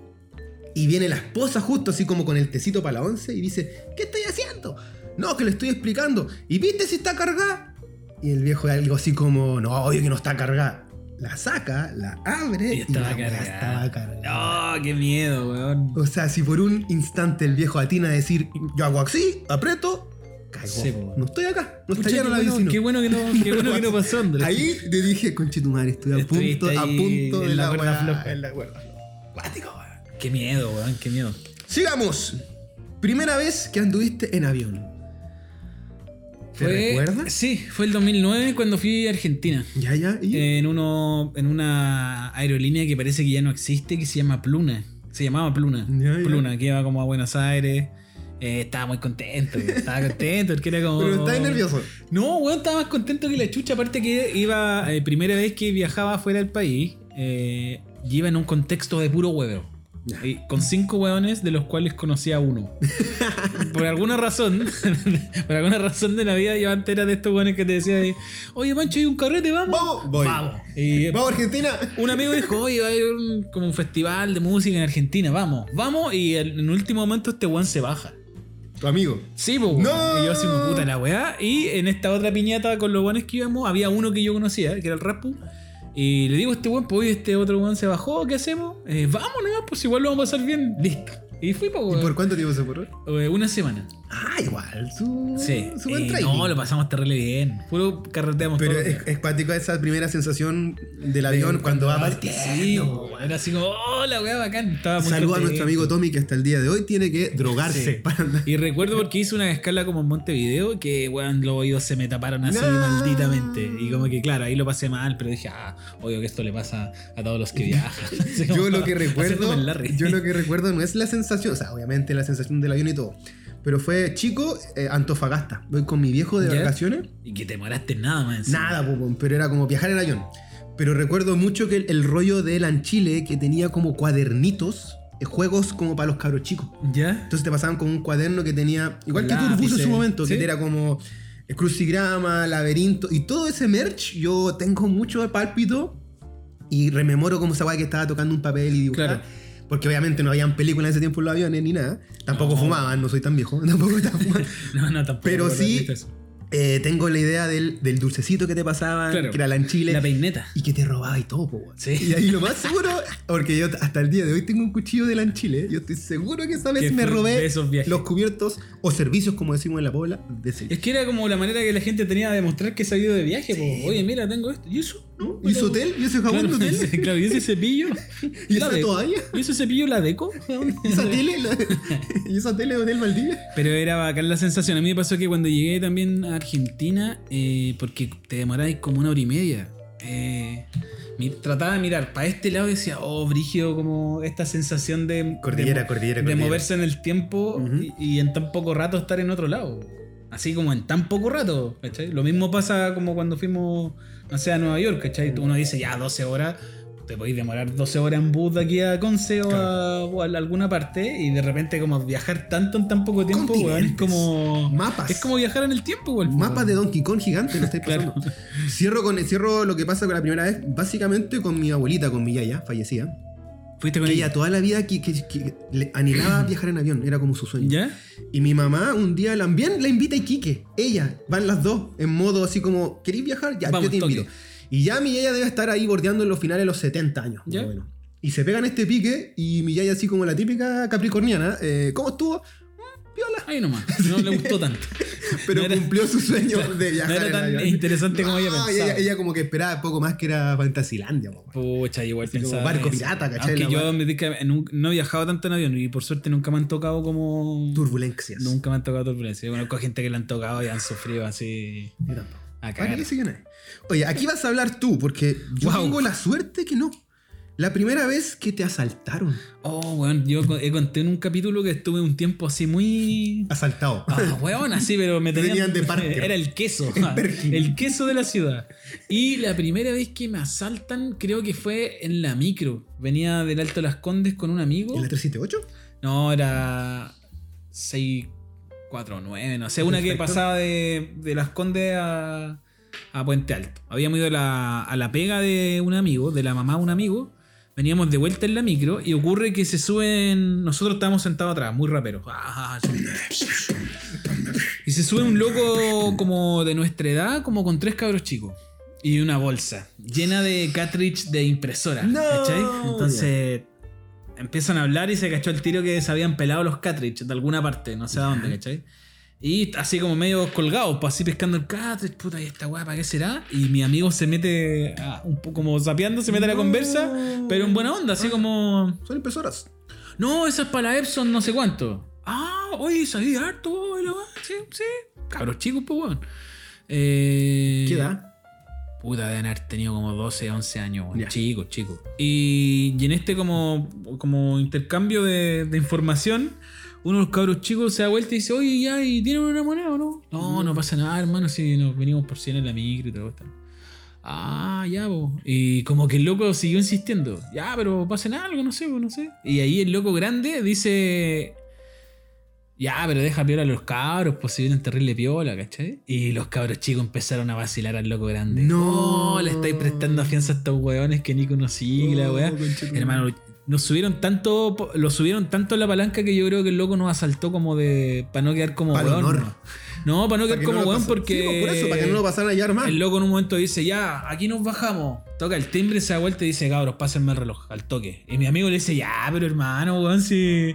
Speaker 4: Y viene la esposa justo así como con el tecito para la once y dice, ¿qué estoy haciendo? No, que le estoy explicando. ¿Y viste si está cargada? Y el viejo algo así como, no, obvio que no está cargada. La saca, la abre
Speaker 5: Y estaba
Speaker 4: la weá
Speaker 5: cargada.
Speaker 4: estaba cargada.
Speaker 5: Oh, qué miedo, weón.
Speaker 4: O sea, si por un instante el viejo atina a decir, yo hago así, aprieto, caigo.
Speaker 5: Sí, po.
Speaker 4: no estoy acá, no
Speaker 5: Pucha,
Speaker 4: está lleno
Speaker 5: qué
Speaker 4: la
Speaker 5: bueno-
Speaker 4: vecina.
Speaker 5: Qué bueno que no, qué bueno que no pasó, Andrés.
Speaker 4: Ahí te dije, conche tu madre, estoy a
Speaker 5: Estuviste
Speaker 4: punto, a
Speaker 5: ahí
Speaker 4: punto
Speaker 5: en
Speaker 4: de
Speaker 5: la
Speaker 4: la,
Speaker 5: cuerda
Speaker 4: weá,
Speaker 5: floja.
Speaker 4: en la cuerda floja. Cuático, weón.
Speaker 5: Qué miedo, weón, qué miedo.
Speaker 4: Sigamos. Primera vez que anduviste en avión. ¿Te
Speaker 5: Fue-
Speaker 4: recuerdas?
Speaker 5: Sí, fue el 2009 cuando fui a Argentina.
Speaker 4: Ya, ya. ¿y?
Speaker 5: En, uno, en una aerolínea que parece que ya no existe, que se llama Pluna. Se llamaba Pluna.
Speaker 4: Ya, ya.
Speaker 5: Pluna, que iba como a Buenos Aires. Eh, estaba muy contento, estaba contento, porque era como...
Speaker 4: Pero estás nervioso.
Speaker 5: No, weón, estaba más contento que la chucha. Aparte que iba, eh, primera vez que viajaba fuera del país, eh, y iba en un contexto de puro huevo. Y con cinco hueones de los cuales conocía a uno. Por alguna razón, por alguna razón de la vida, yo antes era de estos hueones que te decía, eh, oye Mancho, hay un carrete, vamos.
Speaker 4: Vamos, voy.
Speaker 5: Vamos. Y, eh,
Speaker 4: Vamos, Argentina.
Speaker 5: un amigo dijo, oye, va a haber un- como un festival de música en Argentina, vamos, vamos. Y en en último momento este hueón se baja.
Speaker 4: Tu amigo.
Speaker 5: Sí, po,
Speaker 4: ¡No!
Speaker 5: Y yo así como puta la weá. Y en esta otra piñata con los guanes que íbamos, había uno que yo conocía, que era el Raspu. Y le digo a este weón, pues oye, este otro weón se bajó, ¿qué hacemos? Eh, vamos nomás, pues igual lo vamos a pasar bien. Listo. Y fui, po,
Speaker 4: ¿Y
Speaker 5: weón.
Speaker 4: por cuánto tiempo se fue?
Speaker 5: Eh, Una semana.
Speaker 4: Ah, igual. Su,
Speaker 5: Sí.
Speaker 4: su buen
Speaker 5: Eh,
Speaker 4: trading.
Speaker 5: no, lo pasamos terrible bien. Puro carreteamos
Speaker 4: Pero
Speaker 5: todos los
Speaker 4: es,
Speaker 5: días.
Speaker 4: es cuático esa primera sensación del avión cuando va
Speaker 5: Sí,
Speaker 4: partiendo.
Speaker 5: po, era así como, oh, la weá bacán. Estaba muy
Speaker 4: Saluda a
Speaker 5: contento.
Speaker 4: nuestro amigo Tommy que hasta el día de hoy tiene que drogarse
Speaker 5: Sí.
Speaker 4: para andar.
Speaker 5: Y recuerdo porque hice una escala como en Montevideo que, weón, los oídos se me taparon así
Speaker 4: No.
Speaker 5: malditamente. Y como que, claro, ahí lo pasé mal, pero dije, ah, obvio que esto le pasa a todos los que viajan. Así
Speaker 4: Yo
Speaker 5: como,
Speaker 4: lo que
Speaker 5: haciéndome
Speaker 4: recuerdo,
Speaker 5: el Larry.
Speaker 4: yo lo que recuerdo no es la sensación, o sea, obviamente la sensación del avión y todo, pero fue chico eh, Antofagasta. Voy con mi viejo de
Speaker 5: ¿Ya?
Speaker 4: vacaciones.
Speaker 5: Y que te moraste nada más. encima.
Speaker 4: Nada, po, po, pero era como viajar en avión. Pero recuerdo mucho que el, el rollo del Anchile que tenía como cuadernitos, eh, juegos como para los cabros chicos.
Speaker 5: ¿Ya?
Speaker 4: Entonces te pasaban con un cuaderno que tenía, igual que
Speaker 5: Lápices,
Speaker 4: Turbus en su momento,
Speaker 5: ¿sí?
Speaker 4: que era como eh, crucigrama, laberinto y todo ese merch. Yo tengo mucho pálpito y rememoro como esa guay que estaba tocando un papel y dibujar.
Speaker 5: Claro.
Speaker 4: Porque obviamente no habían películas en ese tiempo en los aviones ni nada. Tampoco fumaban, no soy tan viejo. Tampoco estaba fumando.
Speaker 5: No, no, tampoco.
Speaker 4: Pero
Speaker 5: me acuerdo
Speaker 4: sí,
Speaker 5: de eso.
Speaker 4: Eh, tengo la idea del, del dulcecito que te pasaban,
Speaker 5: Claro.
Speaker 4: ah, que era la en Chile.
Speaker 5: La peineta.
Speaker 4: y que te robaba y todo, po, weón.
Speaker 5: Sí.
Speaker 4: Y ahí lo más seguro, porque yo hasta el día de hoy tengo un cuchillo de lanchile. Yo estoy seguro que esa
Speaker 5: Que
Speaker 4: vez me
Speaker 5: fue
Speaker 4: robé
Speaker 5: de esos viajes.
Speaker 4: los cubiertos o servicios, como decimos en la pobla, de ese.
Speaker 5: Es que era como la manera que la gente tenía de demostrar que se había ido de viaje. po. Oye, mira, tengo esto. ¿Y eso? No,
Speaker 4: ¿Y ese
Speaker 5: pero-
Speaker 4: hotel? ¿Y ese jabón
Speaker 5: Claro,
Speaker 4: de hotel?
Speaker 5: claro, y ese cepillo.
Speaker 4: ¿Y
Speaker 5: La
Speaker 4: esa
Speaker 5: deco.
Speaker 4: toalla?
Speaker 5: ¿Y ese cepillo la deco?
Speaker 4: ¿Y esa tele? La- ¿Y esa tele de Hotel Valdivia?
Speaker 5: Pero era bacán la sensación. A mí me pasó que cuando llegué también a Argentina, eh, porque te demoráis como una hora y media. eh, mi- trataba de mirar para este lado y decía, oh, brígido, como esta sensación de,
Speaker 4: Cordillera,
Speaker 5: de, mo-
Speaker 4: cordillera,
Speaker 5: de
Speaker 4: cordillera.
Speaker 5: moverse en el tiempo y- y, en tan poco rato estar en otro lado. Así como en tan poco rato, ¿cachai? Lo mismo pasa como cuando fuimos, no sé, a Nueva York, ¿cachai? Uno dice, ya, 12 horas, te podéis demorar 12 horas en bus de aquí a Conce o, a, o a alguna parte y de repente como viajar tanto en tan poco tiempo, weón, es
Speaker 4: Continentes.
Speaker 5: como...
Speaker 4: Mapas.
Speaker 5: Es como viajar en el tiempo, weón.
Speaker 4: Mapas de Donkey Kong gigante, lo estáis pasando. Cierro, con, cierro lo que pasa con la primera vez, básicamente con mi abuelita, con mi yaya, fallecida.
Speaker 5: Fuiste con
Speaker 4: Que
Speaker 5: ella.
Speaker 4: ella toda la vida que, que- que le anhelaba viajar en avión, era como su sueño.
Speaker 5: ¿Ya?
Speaker 4: Y mi mamá un día también la invita a Iquique. Ella, van las dos, en modo así como, ¿queréis viajar? Ya,
Speaker 5: Vamos,
Speaker 4: yo te
Speaker 5: toque.
Speaker 4: invito. Y ya mi yaya debe estar ahí bordeando en los finales de los 70 años. más
Speaker 5: Ya.
Speaker 4: o menos. Y se pegan este pique y mi yaya así como la típica capricorniana, eh, ¿cómo estuvo?
Speaker 5: Ahí nomás. No le gustó tanto.
Speaker 4: Pero
Speaker 5: No era-
Speaker 4: cumplió su sueño de
Speaker 5: No
Speaker 4: viajar.
Speaker 5: era
Speaker 4: en
Speaker 5: tan
Speaker 4: avión.
Speaker 5: interesante como ella
Speaker 4: No,
Speaker 5: pensaba.
Speaker 4: y ella, ella como que esperaba poco más que era Fantasilandia. po, weón.
Speaker 5: Pucha, igual
Speaker 4: Así como
Speaker 5: pensaba.
Speaker 4: barco
Speaker 5: en eso.
Speaker 4: pirata, ¿cachai?
Speaker 5: Aunque
Speaker 4: La
Speaker 5: yo
Speaker 4: weá.
Speaker 5: me di que en un- no he viajado tanto en avión y por suerte nunca me han tocado como.
Speaker 4: Turbulencias.
Speaker 5: Nunca me han tocado turbulencia. Yo conozco gente que le han tocado y han sufrido así.
Speaker 4: Yo tampoco.
Speaker 5: A
Speaker 4: ¿Para
Speaker 5: cagar.
Speaker 4: qué sigue nadie? Oye, aquí vas a hablar tú, porque yo
Speaker 5: Wow.
Speaker 4: tengo la suerte que no. La primera vez que te asaltaron.
Speaker 5: Oh, weón, yo co- eh, conté en un capítulo que estuve un tiempo así muy.
Speaker 4: Asaltado.
Speaker 5: Ah, weón, así, pero me
Speaker 4: Te
Speaker 5: tenían.
Speaker 4: tenían de Parker.
Speaker 5: Era el queso.
Speaker 4: Perkin.
Speaker 5: el queso de la ciudad. Y la primera vez que me asaltan, creo que fue en la micro. Venía del Alto Las Condes con un amigo.
Speaker 4: ¿En la 378?
Speaker 5: No, era 6, 4, 9, no sé, una que
Speaker 4: Perfecto.
Speaker 5: pasaba de, de Las Condes a, a Puente Alto. Habíamos ido a la, a la pega de un amigo, de la mamá de un amigo. Veníamos de vuelta en la micro y ocurre que se suben. Nosotros estábamos sentados atrás, muy raperos. Ah, ah, ah. Y se sube un loco como de nuestra edad, como con tres cabros chicos. Y una bolsa llena de cartridge de impresora.
Speaker 4: No.
Speaker 5: ¿cachai? Entonces empiezan a hablar y se cachó el tiro que se habían pelado los cartridge de alguna parte, no sé a dónde, ¿cachai? Y así como medio colgados, pues así pescando el cartridge, puta, y esta weá, ¿para qué será? Y mi amigo se mete, ah, un poco como sapeando, se mete a la
Speaker 4: No.
Speaker 5: conversa, pero en buena onda, así como.
Speaker 4: Son impresoras.
Speaker 5: No, esa es para la Epson no sé cuánto. Ah, oye, salí harto, vos, y la weá, sí, sí. cabros chicos, pues, weón. Eh,
Speaker 4: ¿Qué edad?
Speaker 5: Puta, deben haber tenido como 12, 11 años, weón.
Speaker 4: Ya.
Speaker 5: Chicos, chicos. Y, y en este como, como intercambio de, de información, uno de los cabros chicos se da vuelta y dice, oye, ya, ¿y tienen una moneda o no?
Speaker 4: Mm.
Speaker 5: No, no pasa nada, hermano, si nos venimos por 100 en la micro y todo esto. Ah, ya, po. Y como que el loco siguió insistiendo. Ya, pero pasen algo, no sé, po, no sé. Y ahí el loco grande dice... Ya, pero deja piola a los cabros, pues si vienen terrible piola, ¿cachai? Y los cabros chicos empezaron a vacilar al loco grande.
Speaker 4: No.
Speaker 5: Oh, le estáis prestando fianza a estos weones que ni conocí, la
Speaker 4: Oh,
Speaker 5: weá.
Speaker 4: conchetumare.
Speaker 5: Hermano, nos subieron tanto, po- lo subieron tanto en la palanca que yo creo que el loco nos asaltó como de. para no quedar como
Speaker 4: Pa'l
Speaker 5: weón.
Speaker 4: honor.
Speaker 5: No, No, para no
Speaker 4: Para
Speaker 5: quedar
Speaker 4: que
Speaker 5: como
Speaker 4: no lo
Speaker 5: weón
Speaker 4: pas- Sí,
Speaker 5: porque.
Speaker 4: pues, por eso, para que no lo pasaran a llevar más.
Speaker 5: El loco en un momento dice, ya, aquí nos bajamos. Toca el timbre, se da vuelta y dice, cabros, pásenme el reloj, al toque. Y mi amigo le dice, ya, pero hermano, weón, si.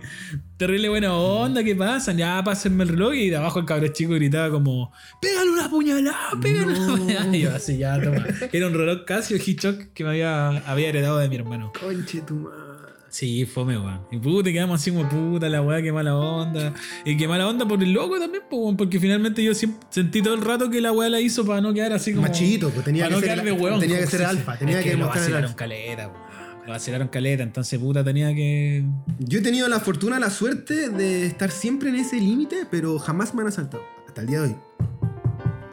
Speaker 5: Terrible buena onda, ¿qué pasan? Ya, pásenme el reloj. Y de abajo el cabrón chico gritaba como, pégale una puñalada, pégale una puñalada. Y yo así, ya, toma. Era un reloj Casio Hitchcock que me había, había heredado de mi hermano.
Speaker 4: Conche tu madre.
Speaker 5: Sí, fome, weón. Y puta, y quedamos así como puta, la weá, qué mala onda. Y qué mala onda por el loco también, po, weón, porque finalmente yo siempre sentí todo el rato que la weá la hizo para no quedar así como.
Speaker 4: Machito, pues, tenía
Speaker 5: para
Speaker 4: que
Speaker 5: no
Speaker 4: ser
Speaker 5: quedar
Speaker 4: la-
Speaker 5: de weón.
Speaker 4: tenía que
Speaker 5: como
Speaker 4: ser
Speaker 5: se-
Speaker 4: alfa, tenía
Speaker 5: es
Speaker 4: que
Speaker 5: lo
Speaker 4: demostrar el
Speaker 5: vacilaron
Speaker 4: alfa.
Speaker 5: caleta, weón. Lo vacilaron caleta, entonces puta, tenía que.
Speaker 4: Yo he tenido la fortuna, la suerte de estar siempre en ese límite, pero jamás me han asaltado. Hasta el día de hoy.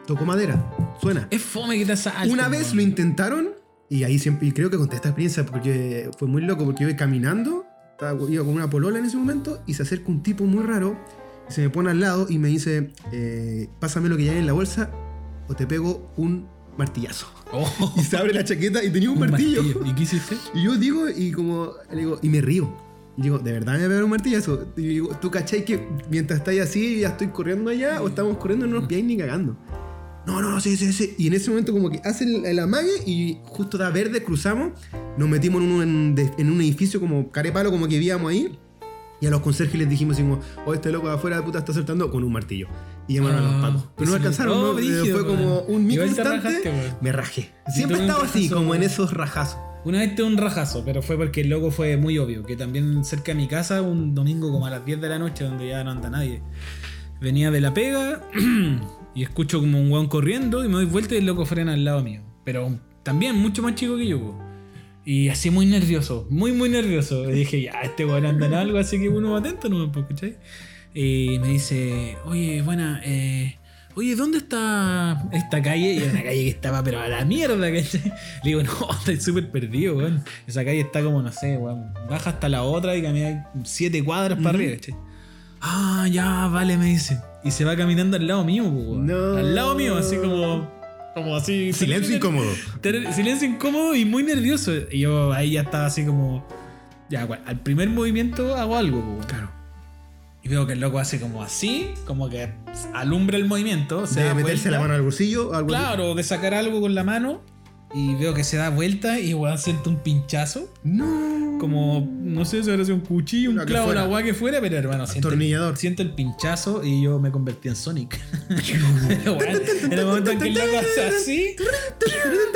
Speaker 4: Toco madera. Suena.
Speaker 5: Es fome que te asalten,
Speaker 4: Una vez
Speaker 5: weón.
Speaker 4: lo intentaron y ahí siempre, y creo que conté esta experiencia porque fue muy loco, porque yo iba caminando, estaba, iba con una polola en ese momento y se acerca un tipo muy raro, y se me pone al lado y me dice, eh, pásame lo que ya hay en la bolsa o te pego un martillazo.
Speaker 5: Oh,
Speaker 4: Y se abre la chaqueta y tenía un,
Speaker 5: un
Speaker 4: martillo.
Speaker 5: martillo. ¿Y qué hiciste?
Speaker 4: Y yo digo, y como, le digo, y me río. Y digo, ¿de verdad me va a pegar un martillazo? Y digo, ¿tú cachai que mientras estáis así, ya estoy corriendo allá o estamos corriendo no nos pilláis ni cagando? No, no, no, sí, sí, sí. Y en ese momento como que hace el, el amague y justo da verde, cruzamos, nos metimos en un, en, de- en un edificio como carepalo, como que víamos ahí. Y a los conserjes les dijimos, así como, oh, este loco de afuera de puta está saltando con un martillo. Y llamaron a los
Speaker 5: Ah,
Speaker 4: pacos. Pero no
Speaker 5: sí.
Speaker 4: alcanzaron,
Speaker 5: Oh,
Speaker 4: ¿no?
Speaker 5: brígido,
Speaker 4: fue como
Speaker 5: weón.
Speaker 4: un micro
Speaker 5: Igual te
Speaker 4: instante,
Speaker 5: rajaste, weón.
Speaker 4: me rajé.
Speaker 5: Yo
Speaker 4: Siempre
Speaker 5: tuve un
Speaker 4: estaba así,
Speaker 5: rajazo,
Speaker 4: como en
Speaker 5: weón.
Speaker 4: esos rajazos.
Speaker 5: Una vez tuve un rajazo, pero fue porque el loco fue muy obvio. Que también cerca de mi casa, un domingo como a las 10 de la noche, donde ya no anda nadie. Venía de la pega y escucho como un weón corriendo y me doy vuelta y el loco frena al lado mío. Pero también mucho más chico que yo. po. Y así muy nervioso, muy muy nervioso. Y dije, ya, este weón anda en algo, así que uno atento nomás, po, ¿cachai? Y me dice, oye, buena, eh, oye, ¿dónde está esta calle? Y era una calle que estaba, pero a la mierda, ¿cachai? Le digo, no, estoy súper perdido, weón. Esa calle está como, no sé, weón. Baja hasta la otra y camina siete cuadras para arriba, ¿cachai? Ah, ya, vale, me dice. Y se va caminando al lado mío, po, weón.
Speaker 4: No.
Speaker 5: Al lado mío, así como. Como así.
Speaker 4: Silencio incómodo.
Speaker 5: Ter- Silencio incómodo y muy nervioso. Y yo ahí ya estaba así como. Ya, gua- al primer movimiento hago algo, po, weón.
Speaker 4: Claro.
Speaker 5: Y veo que el loco hace como así, como que alumbra el movimiento. Se
Speaker 4: de
Speaker 5: da
Speaker 4: meterse
Speaker 5: vuelta.
Speaker 4: la mano al bolsillo o algo
Speaker 5: Claro, de sacar algo con la mano. Y veo que se da vuelta y weón siente un pinchazo.
Speaker 4: así. No.
Speaker 5: Como, no sé, se parece un cuchillo, un
Speaker 4: Lo que
Speaker 5: clavo,
Speaker 4: fuera.
Speaker 5: la weá que fuera, pero hermano, siente
Speaker 4: Atornillador.
Speaker 5: El, siente el pinchazo y yo me convertí en Sonic. Weón, en el momento en que el loco hace así,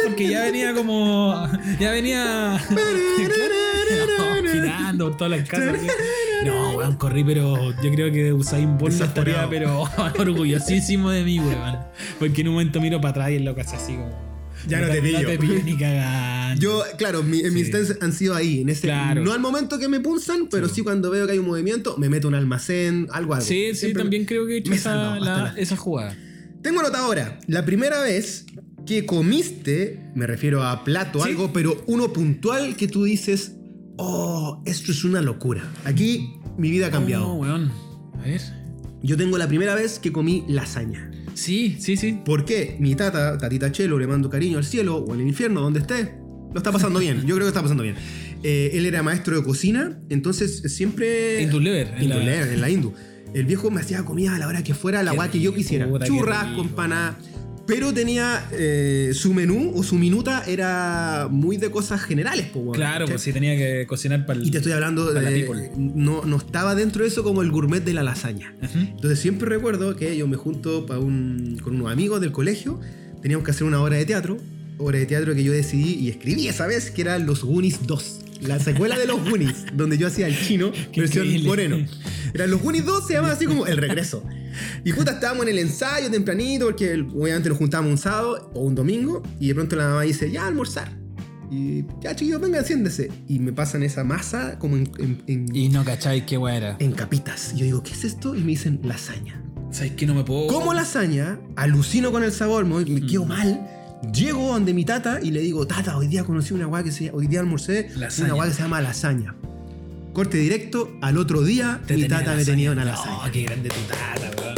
Speaker 5: porque ya venía como. Ya venía. No, girando por todas las casas. así. No, weón, corrí, pero yo creo que Usain Bolt no estaría, pero orgullosísimo de mí, weón. Porque en un momento miro para atrás y el loco hace así como.
Speaker 4: Ya no te
Speaker 5: No
Speaker 4: pillo.
Speaker 5: te pillo ni cagando.
Speaker 4: Yo, claro, mi- en mis
Speaker 5: Sí.
Speaker 4: instantes han sido ahí. En ese,
Speaker 5: Claro.
Speaker 4: No al momento que me punzan, pero sí. cuando veo que hay un movimiento, me meto a un almacén, algo, algo.
Speaker 5: Sí, sí,
Speaker 4: Siempre-
Speaker 5: también creo que he hecho
Speaker 4: me he
Speaker 5: esa,
Speaker 4: salvado hasta
Speaker 5: la-
Speaker 4: la-
Speaker 5: esa jugada.
Speaker 4: Tengo nota ahora. La primera vez que comiste, me refiero a plato,
Speaker 5: Sí.
Speaker 4: algo, pero uno puntual que tú dices, oh, esto es una locura. Aquí mi vida ha cambiado.
Speaker 5: No, Oh, weón. A ver.
Speaker 4: Yo tengo la primera vez que comí lasaña.
Speaker 5: Sí, sí, sí.
Speaker 4: ¿Por qué? Mi tata, tatita Chelo, le mando cariño al cielo o al infierno, donde esté. Lo está pasando bien, yo creo que está pasando bien. Eh, él era maestro de cocina, entonces siempre...
Speaker 5: En tu lever, en
Speaker 4: En
Speaker 5: la-
Speaker 4: tu lever, en la Hindu. El viejo me hacía comida a la hora que fuera, a la
Speaker 5: Qué
Speaker 4: guay que yo
Speaker 5: rico,
Speaker 4: quisiera.
Speaker 5: puta, qué
Speaker 4: Churras,
Speaker 5: rico.
Speaker 4: con paná. Pero tenía eh, su menú o su minuta era muy de cosas generales, po, weón.
Speaker 5: Claro,
Speaker 4: ¿Cachai?
Speaker 5: pues sí tenía que cocinar para el.
Speaker 4: Y te estoy hablando
Speaker 5: Para la
Speaker 4: de.
Speaker 5: people.
Speaker 4: No, no estaba dentro de eso como el gourmet de la lasaña.
Speaker 5: Ujú.
Speaker 4: Entonces siempre recuerdo que yo me junto pa un- con unos amigos del colegio, teníamos que hacer una obra de teatro, obra de teatro que yo decidí y escribí esa vez, que era Los Goonies 2, la secuela de Los Goonies, donde yo hacía el chino, versión
Speaker 5: increíble.
Speaker 4: moreno. Era Los Goonies 2, se llama así como El Regreso. Y puta, estábamos en el ensayo tempranito, porque el- obviamente nos juntábamos un sábado o un domingo, y de pronto la mamá dice, ya, almorzar. Y ya, chiquillos, vengan, siéntese. Y me pasan esa masa como en, en- en-
Speaker 6: Y no cacháis qué weá
Speaker 5: Eh,
Speaker 6: era.
Speaker 4: en capitas. Y yo digo, ¿qué es esto? Y me dicen, lasaña.
Speaker 6: ¿Sabes qué? No me puedo.
Speaker 4: Como lasaña, alucino con el sabor, me, me
Speaker 6: Mm.
Speaker 4: quedo mal. Llego donde mi tata y le digo, tata, hoy día conocí una guay que se hoy día almorcé
Speaker 6: Lasaña.
Speaker 4: una guay que se llama lasaña. Corte directo, al otro día
Speaker 6: Te
Speaker 4: mi
Speaker 6: tenía
Speaker 4: tata me
Speaker 6: lasaña.
Speaker 4: tenía una lasaña.
Speaker 6: Oh, qué grande tu tata, weón.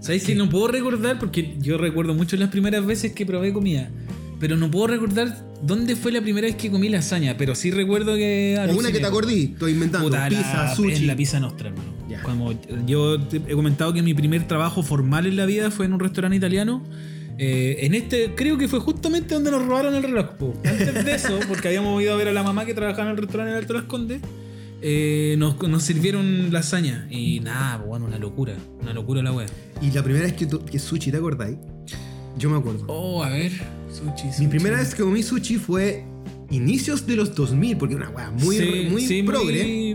Speaker 5: ¿Sabes que no puedo recordar? Porque yo recuerdo mucho las primeras veces que probé comida. Pero no puedo recordar dónde fue la primera vez que comí lasaña. Pero sí recuerdo que.
Speaker 4: Alguna que te acordí, estoy inventando.
Speaker 5: Puta, la-
Speaker 4: pizza,
Speaker 5: En
Speaker 4: sushi.
Speaker 5: la pizza nostra, hermano.
Speaker 4: Ya.
Speaker 5: Como yo te he comentado que mi primer trabajo formal en la vida fue en un restaurante italiano. Eh, en este, creo que fue justamente donde nos robaron el reloj. po. Antes de eso, porque habíamos ido a ver a la mamá que trabajaba en el restaurante en Alto Las Condes, eh, nos, nos sirvieron lasaña. Y nada, po, bueno, una locura. Una locura la wea.
Speaker 4: Y la primera vez que, tu- que sushi, ¿te acordáis? Yo me acuerdo.
Speaker 5: Oh, a ver. Sushi,
Speaker 4: Mi primera vez que comí sushi fue inicios de los 2000, porque era una guay muy, muy progre.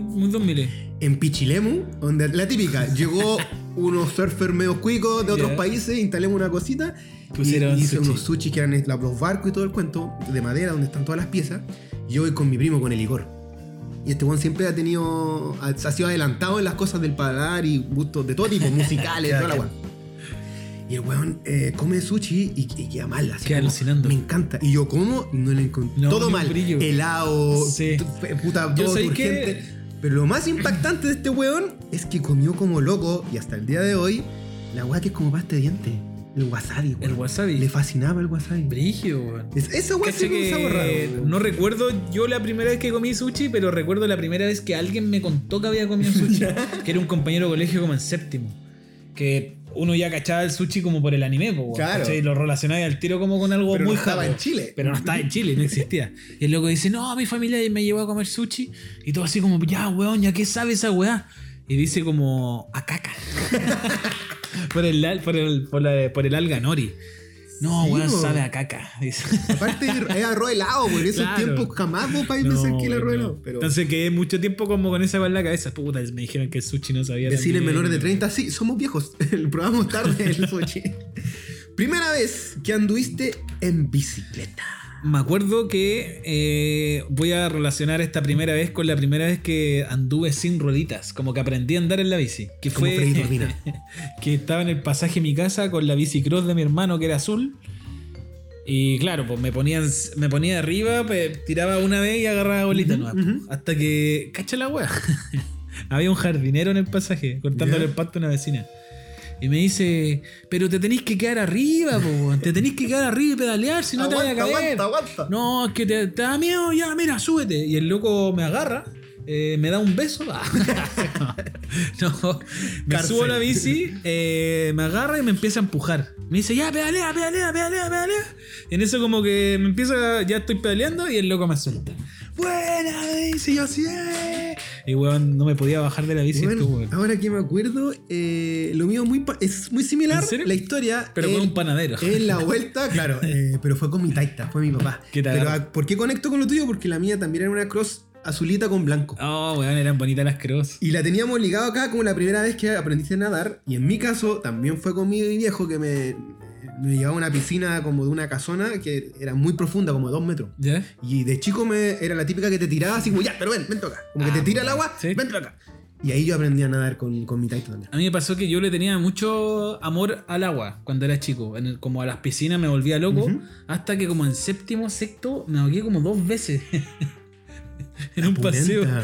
Speaker 5: Muy, muy 2000.
Speaker 4: en Pichilemu, donde la típica, llegó unos surfers medio cuicos de otros
Speaker 5: Ya.
Speaker 4: países, instalemos una cosita y,
Speaker 5: Pusieron
Speaker 4: y hice
Speaker 5: sushi.
Speaker 4: unos sushi que eran la- los barcos y todo el cuento, de madera donde están todas las piezas. Y yo voy con mi primo con el licor. Y este Juan siempre ha tenido, ha, ha sido adelantado en las cosas del paladar y gustos de todo tipo, musicales, toda la weón. Y el weón eh, come sushi y, y queda mal. Así
Speaker 5: Queda
Speaker 4: como,
Speaker 5: alucinando.
Speaker 4: Me encanta. Y yo como y no le encontré.
Speaker 5: No,
Speaker 4: todo
Speaker 5: ni un
Speaker 4: mal.
Speaker 5: brillo.
Speaker 4: Helado,
Speaker 5: Sí.
Speaker 4: t- fe- puta,
Speaker 5: Yo
Speaker 4: todo
Speaker 5: sé que-
Speaker 4: turgente. Pero lo más impactante de este weón es que comió como loco y hasta el día de hoy la weá que es como pasta de diente. El wasabi, weón.
Speaker 5: El wasabi.
Speaker 4: Le fascinaba el wasabi.
Speaker 5: Brigio, weón.
Speaker 4: Es- esa weá
Speaker 5: Cacha
Speaker 4: sí que... un sabor raro.
Speaker 5: que
Speaker 4: weón.
Speaker 5: no recuerdo yo la primera vez que comí sushi, pero recuerdo la primera vez que alguien me contó que había comido sushi, que era un compañero de colegio como en séptimo, que uno ya cachaba el sushi como por el anime, po, weón,
Speaker 4: Claro.
Speaker 5: ¿cachai? Y lo relacionaba al tiro como con algo
Speaker 4: Pero
Speaker 5: muy
Speaker 4: no estaba
Speaker 5: japo.
Speaker 4: en Chile.
Speaker 5: Pero no estaba en Chile, no existía. Y el loco dice, no, mi familia me llevó a comer sushi. Y todo así como, ya, weón, ¿ya qué sabe esa weá? Y dice como, a caca. por, el, al- por, el, por, la- por el alga nori. No,
Speaker 4: Sí,
Speaker 5: weón,
Speaker 4: weón.
Speaker 5: sabe a caca. dice.
Speaker 4: Aparte es arroz helado, por esos
Speaker 5: Claro.
Speaker 4: tiempos jamás vos para
Speaker 5: No,
Speaker 4: pensar que
Speaker 5: güey,
Speaker 4: era arroz
Speaker 5: no.
Speaker 4: helado. Pero
Speaker 5: Entonces quedé mucho tiempo como con esa agua en la cabeza. Puta, me dijeron que el sushi no sabía.
Speaker 4: decirle
Speaker 5: también.
Speaker 4: menores de 30, sí, somos viejos. Lo probamos tarde el sushi. Primera vez que anduviste en bicicleta.
Speaker 5: Me acuerdo que eh, voy a relacionar esta primera vez con la primera vez que anduve sin rueditas. Como que aprendí a andar en la bici. Que
Speaker 4: Como
Speaker 5: fue
Speaker 4: Freddy Turbina.
Speaker 5: que estaba en el pasaje de mi casa con la bici cross de mi hermano que era azul. Y claro, pues me ponían me ponía arriba, pe- tiraba una vez y agarraba bolita nueva. Hasta que. ¡Cacha la wea! Había un jardinero en el pasaje, cortándole
Speaker 4: Ya.
Speaker 5: el pasto a una vecina. Y me dice, pero te tenéis que quedar arriba, po, weón. te tenéis que quedar arriba y pedalear, si no te vayas
Speaker 4: aguanta,
Speaker 5: a caer.
Speaker 4: aguanta, aguanta.
Speaker 5: No, es que te, te da miedo, ya, mira, súbete. Y el loco me agarra, eh, me da un beso. Ah, no, me
Speaker 4: Cárcel.
Speaker 5: subo a la bici, eh, me agarra y me empieza a empujar. Me dice, ya, pedalea, pedalea, pedalea, pedalea. Y en eso como que me empieza, ya estoy pedaleando y el loco me suelta. Buena, me dice yo así. "Eh". Y weón, no me podía bajar de la bici.
Speaker 4: Bueno,
Speaker 5: estuvo, weón.
Speaker 4: ahora que me acuerdo, eh, lo mío muy pa- es muy similar.
Speaker 5: ¿En serio?
Speaker 4: La historia.
Speaker 5: Pero
Speaker 4: en-
Speaker 5: fue un panadero.
Speaker 4: En la vuelta, claro, eh, pero fue con mi taita, fue mi papá.
Speaker 5: ¿Qué tal?
Speaker 4: Pero ah, ¿por qué conecto con lo tuyo? Porque la mía también era una cross azulita con blanco.
Speaker 5: Oh, weón, eran bonitas las cross.
Speaker 4: Y la teníamos ligado acá como la primera vez que aprendiste a nadar. Y en mi caso, también fue con mi viejo que me, me llevaba a una piscina como de una casona que era muy profunda, como de dos metros.
Speaker 5: ¿Ya?
Speaker 4: Y de chico me, era la típica que te tiraba así como, ya, pero ven, vente acá. Como
Speaker 5: Ah,
Speaker 4: que te tira el agua,
Speaker 5: sí.
Speaker 4: vente acá. Y ahí yo aprendí a nadar con, con mi taita también.
Speaker 5: A mí me pasó que yo le tenía mucho amor al agua cuando era chico. En el- como a las piscinas me volvía loco. Hasta que como en séptimo, sexto, me ahogué como dos veces. en un paseo.
Speaker 4: Pulenta.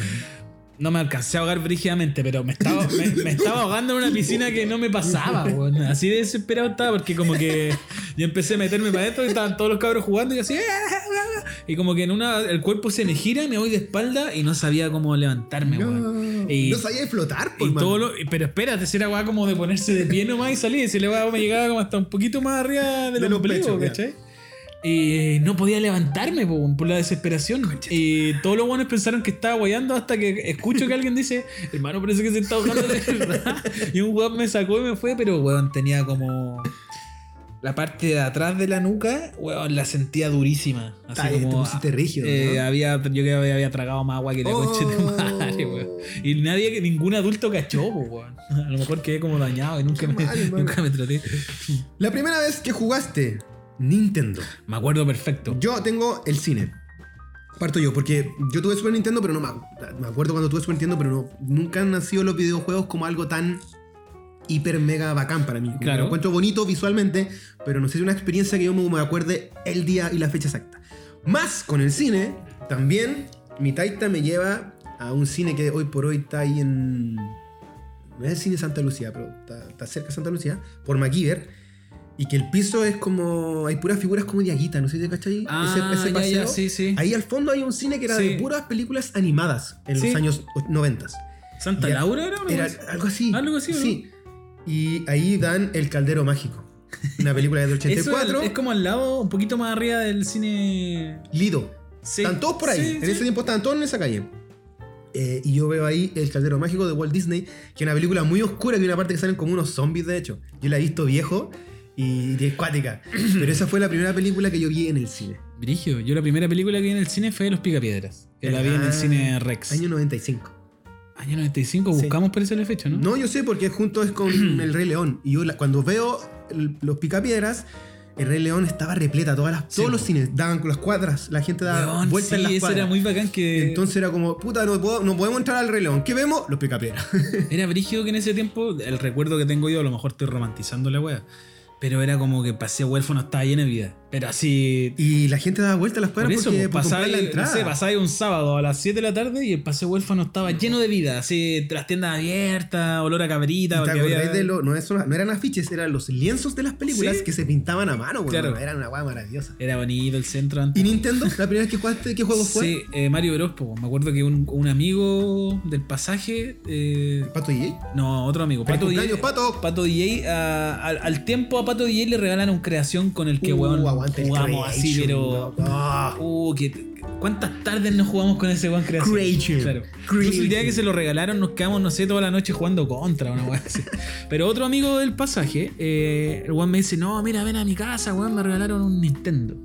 Speaker 5: No me alcancé a ahogar brígidamente, pero me estaba, me, me estaba ahogando en una piscina que no me pasaba, weón. Así de desesperado estaba, porque como que yo empecé a meterme para adentro y estaban todos los cabros jugando y yo así. "Ah, ah, ah". Y como que en una el cuerpo se me gira y me voy de espalda y no sabía cómo levantarme, weón.
Speaker 4: No,
Speaker 5: Y-
Speaker 4: no sabía flotar, pues, por
Speaker 5: y todo lo- pero espérate, si era weá como de ponerse de pie nomás y salir. Si le weá me llegaba como hasta un poquito más arriba del
Speaker 4: De los
Speaker 5: ombligo,
Speaker 4: pechos, ya.
Speaker 5: ¿cachai? Y eh, no podía levantarme po, weón, por la desesperación. Y todos los buenos pensaron que estaba guayando hasta que escucho que alguien dice: Hermano, parece que se está ahogando de verdad. Y un weón me sacó y me fue, pero weón tenía como. la parte de atrás de la nuca, weón, la sentía durísima. Así
Speaker 4: Ay,
Speaker 5: como,
Speaker 4: te pusiste rígido,
Speaker 5: eh,
Speaker 4: ¿no?
Speaker 5: había, yo creo que había, tragado más agua que la
Speaker 4: Oh.
Speaker 5: coche de madre, weón. Y nadie, ningún adulto cachó, po, weón. A lo mejor quedé como dañado y nunca, me,
Speaker 4: mal, hermano.
Speaker 5: nunca me traté.
Speaker 4: La primera vez que jugaste Nintendo.
Speaker 5: Me acuerdo perfecto.
Speaker 4: Yo tengo el cine. Parto yo, porque yo tuve Super Nintendo, pero no me, ac- me acuerdo cuando tuve Super Nintendo, pero no, nunca han nacido los videojuegos como algo tan hiper mega bacán para mí. Como que
Speaker 5: Claro.
Speaker 4: Lo encuentro bonito visualmente, pero no sé si es una experiencia que yo me me acuerde el día y la fecha exacta. Más con el cine, también mi taita me lleva a un cine que hoy por hoy está ahí en... No es el cine Santa Lucía, pero está, está cerca de Santa Lucía, por MacGyver. Y que el piso es como. Hay puras figuras como diaguita, no sé si te cachai.
Speaker 5: Ah, ya, ya, sí, sí.
Speaker 4: Ahí al fondo hay un cine que era
Speaker 5: Sí.
Speaker 4: de puras películas animadas en
Speaker 5: Sí.
Speaker 4: los años 90.
Speaker 5: ¿Santa
Speaker 4: Ya.
Speaker 5: Laura era? una
Speaker 4: Era
Speaker 5: cosa?
Speaker 4: algo así.
Speaker 5: Algo así, ¿o
Speaker 4: Sí. Y ahí dan El Caldero Mágico. Una película del
Speaker 5: Eso
Speaker 4: 84.
Speaker 5: es, es como al lado, un poquito más arriba del cine.
Speaker 4: Lido.
Speaker 5: Sí.
Speaker 4: Están todos por ahí.
Speaker 5: Sí,
Speaker 4: en
Speaker 5: sí.
Speaker 4: ese tiempo estaban todos en esa calle. Eh, y yo veo ahí El Caldero Mágico de Walt Disney, que es una película muy oscura, que hay una parte que salen como unos zombies, de hecho. Yo la he visto viejo y y es cuática. Pero esa fue la primera película que yo vi en el cine.
Speaker 5: Brígido, yo la primera película que vi en el cine fue Los Picapiedras. Que la vi en
Speaker 4: Ah,
Speaker 5: el cine Rex.
Speaker 4: Año 95.
Speaker 5: Año 95,
Speaker 4: Sí.
Speaker 5: buscamos por ese la fecha, ¿no?
Speaker 4: No, yo sé porque junto es con El Rey León. Y yo la- cuando veo el- los picapiedras, El Rey León estaba repleta. Todas las, todos los cines daban con las cuadras. La gente daba
Speaker 5: Weón,
Speaker 4: vueltas
Speaker 5: sí,
Speaker 4: en las
Speaker 5: eso
Speaker 4: cuadras.
Speaker 5: era muy eh, bacán que.
Speaker 4: Entonces era como, puta, no, puedo- no podemos entrar al Rey León. ¿Qué vemos? Los picapiedras.
Speaker 5: Era brígido que en ese tiempo, el recuerdo que tengo yo, a lo mejor estoy romantizando la wea. Pero era como que pasé huérfano estaba llena de vida. Pero así.
Speaker 4: Y la gente daba vuelta a las
Speaker 5: Por
Speaker 4: cuadras
Speaker 5: eso,
Speaker 4: porque
Speaker 5: pues,
Speaker 4: por comprar
Speaker 5: pasaba,
Speaker 4: la
Speaker 5: no
Speaker 4: entrada.
Speaker 5: sé, pasaba un sábado a las 7 de la tarde y el paseo huérfano estaba lleno de vida. Así, las tiendas abiertas, olor a
Speaker 4: ¿Te
Speaker 5: cabrita. porque
Speaker 4: acordáis
Speaker 5: había-
Speaker 4: de lo- no, es una- no eran afiches, eran los lienzos de las películas
Speaker 5: Sí.
Speaker 4: que se pintaban a mano, weón.
Speaker 5: Claro.
Speaker 4: Era una guay maravillosa.
Speaker 5: Era bonito el centro
Speaker 4: ¿Y
Speaker 5: antes.
Speaker 4: Nintendo? ¿La primera vez que jugaste? ¿Qué juego fue?
Speaker 5: Sí, eh, Mario Bros. po. Me acuerdo que un, un amigo del pasaje. eh,
Speaker 4: ¿Pato DJ?
Speaker 5: no, otro amigo.
Speaker 4: ¡Feliz
Speaker 5: Pato DJ,
Speaker 4: cumpleaños, Pato!
Speaker 5: Pato DJ, a- al, al tiempo a Pato DJ le regalan un creación con el que,
Speaker 4: Uh,
Speaker 5: weón,
Speaker 4: aguante el
Speaker 5: jugamos así,
Speaker 4: Creation,
Speaker 5: pero.
Speaker 4: weón. Ah.
Speaker 5: Uh, que- ¿Cuántas tardes nos jugamos con ese weón creación?
Speaker 4: Creation.
Speaker 5: Claro.
Speaker 4: Creation.
Speaker 5: Incluso el día que se lo regalaron, nos quedamos, no sé, toda la noche jugando contra una weón así. Pero otro amigo del pasaje, eh, el weón me dice: No, mira, ven a mi casa, weón, me regalaron un Nintendo.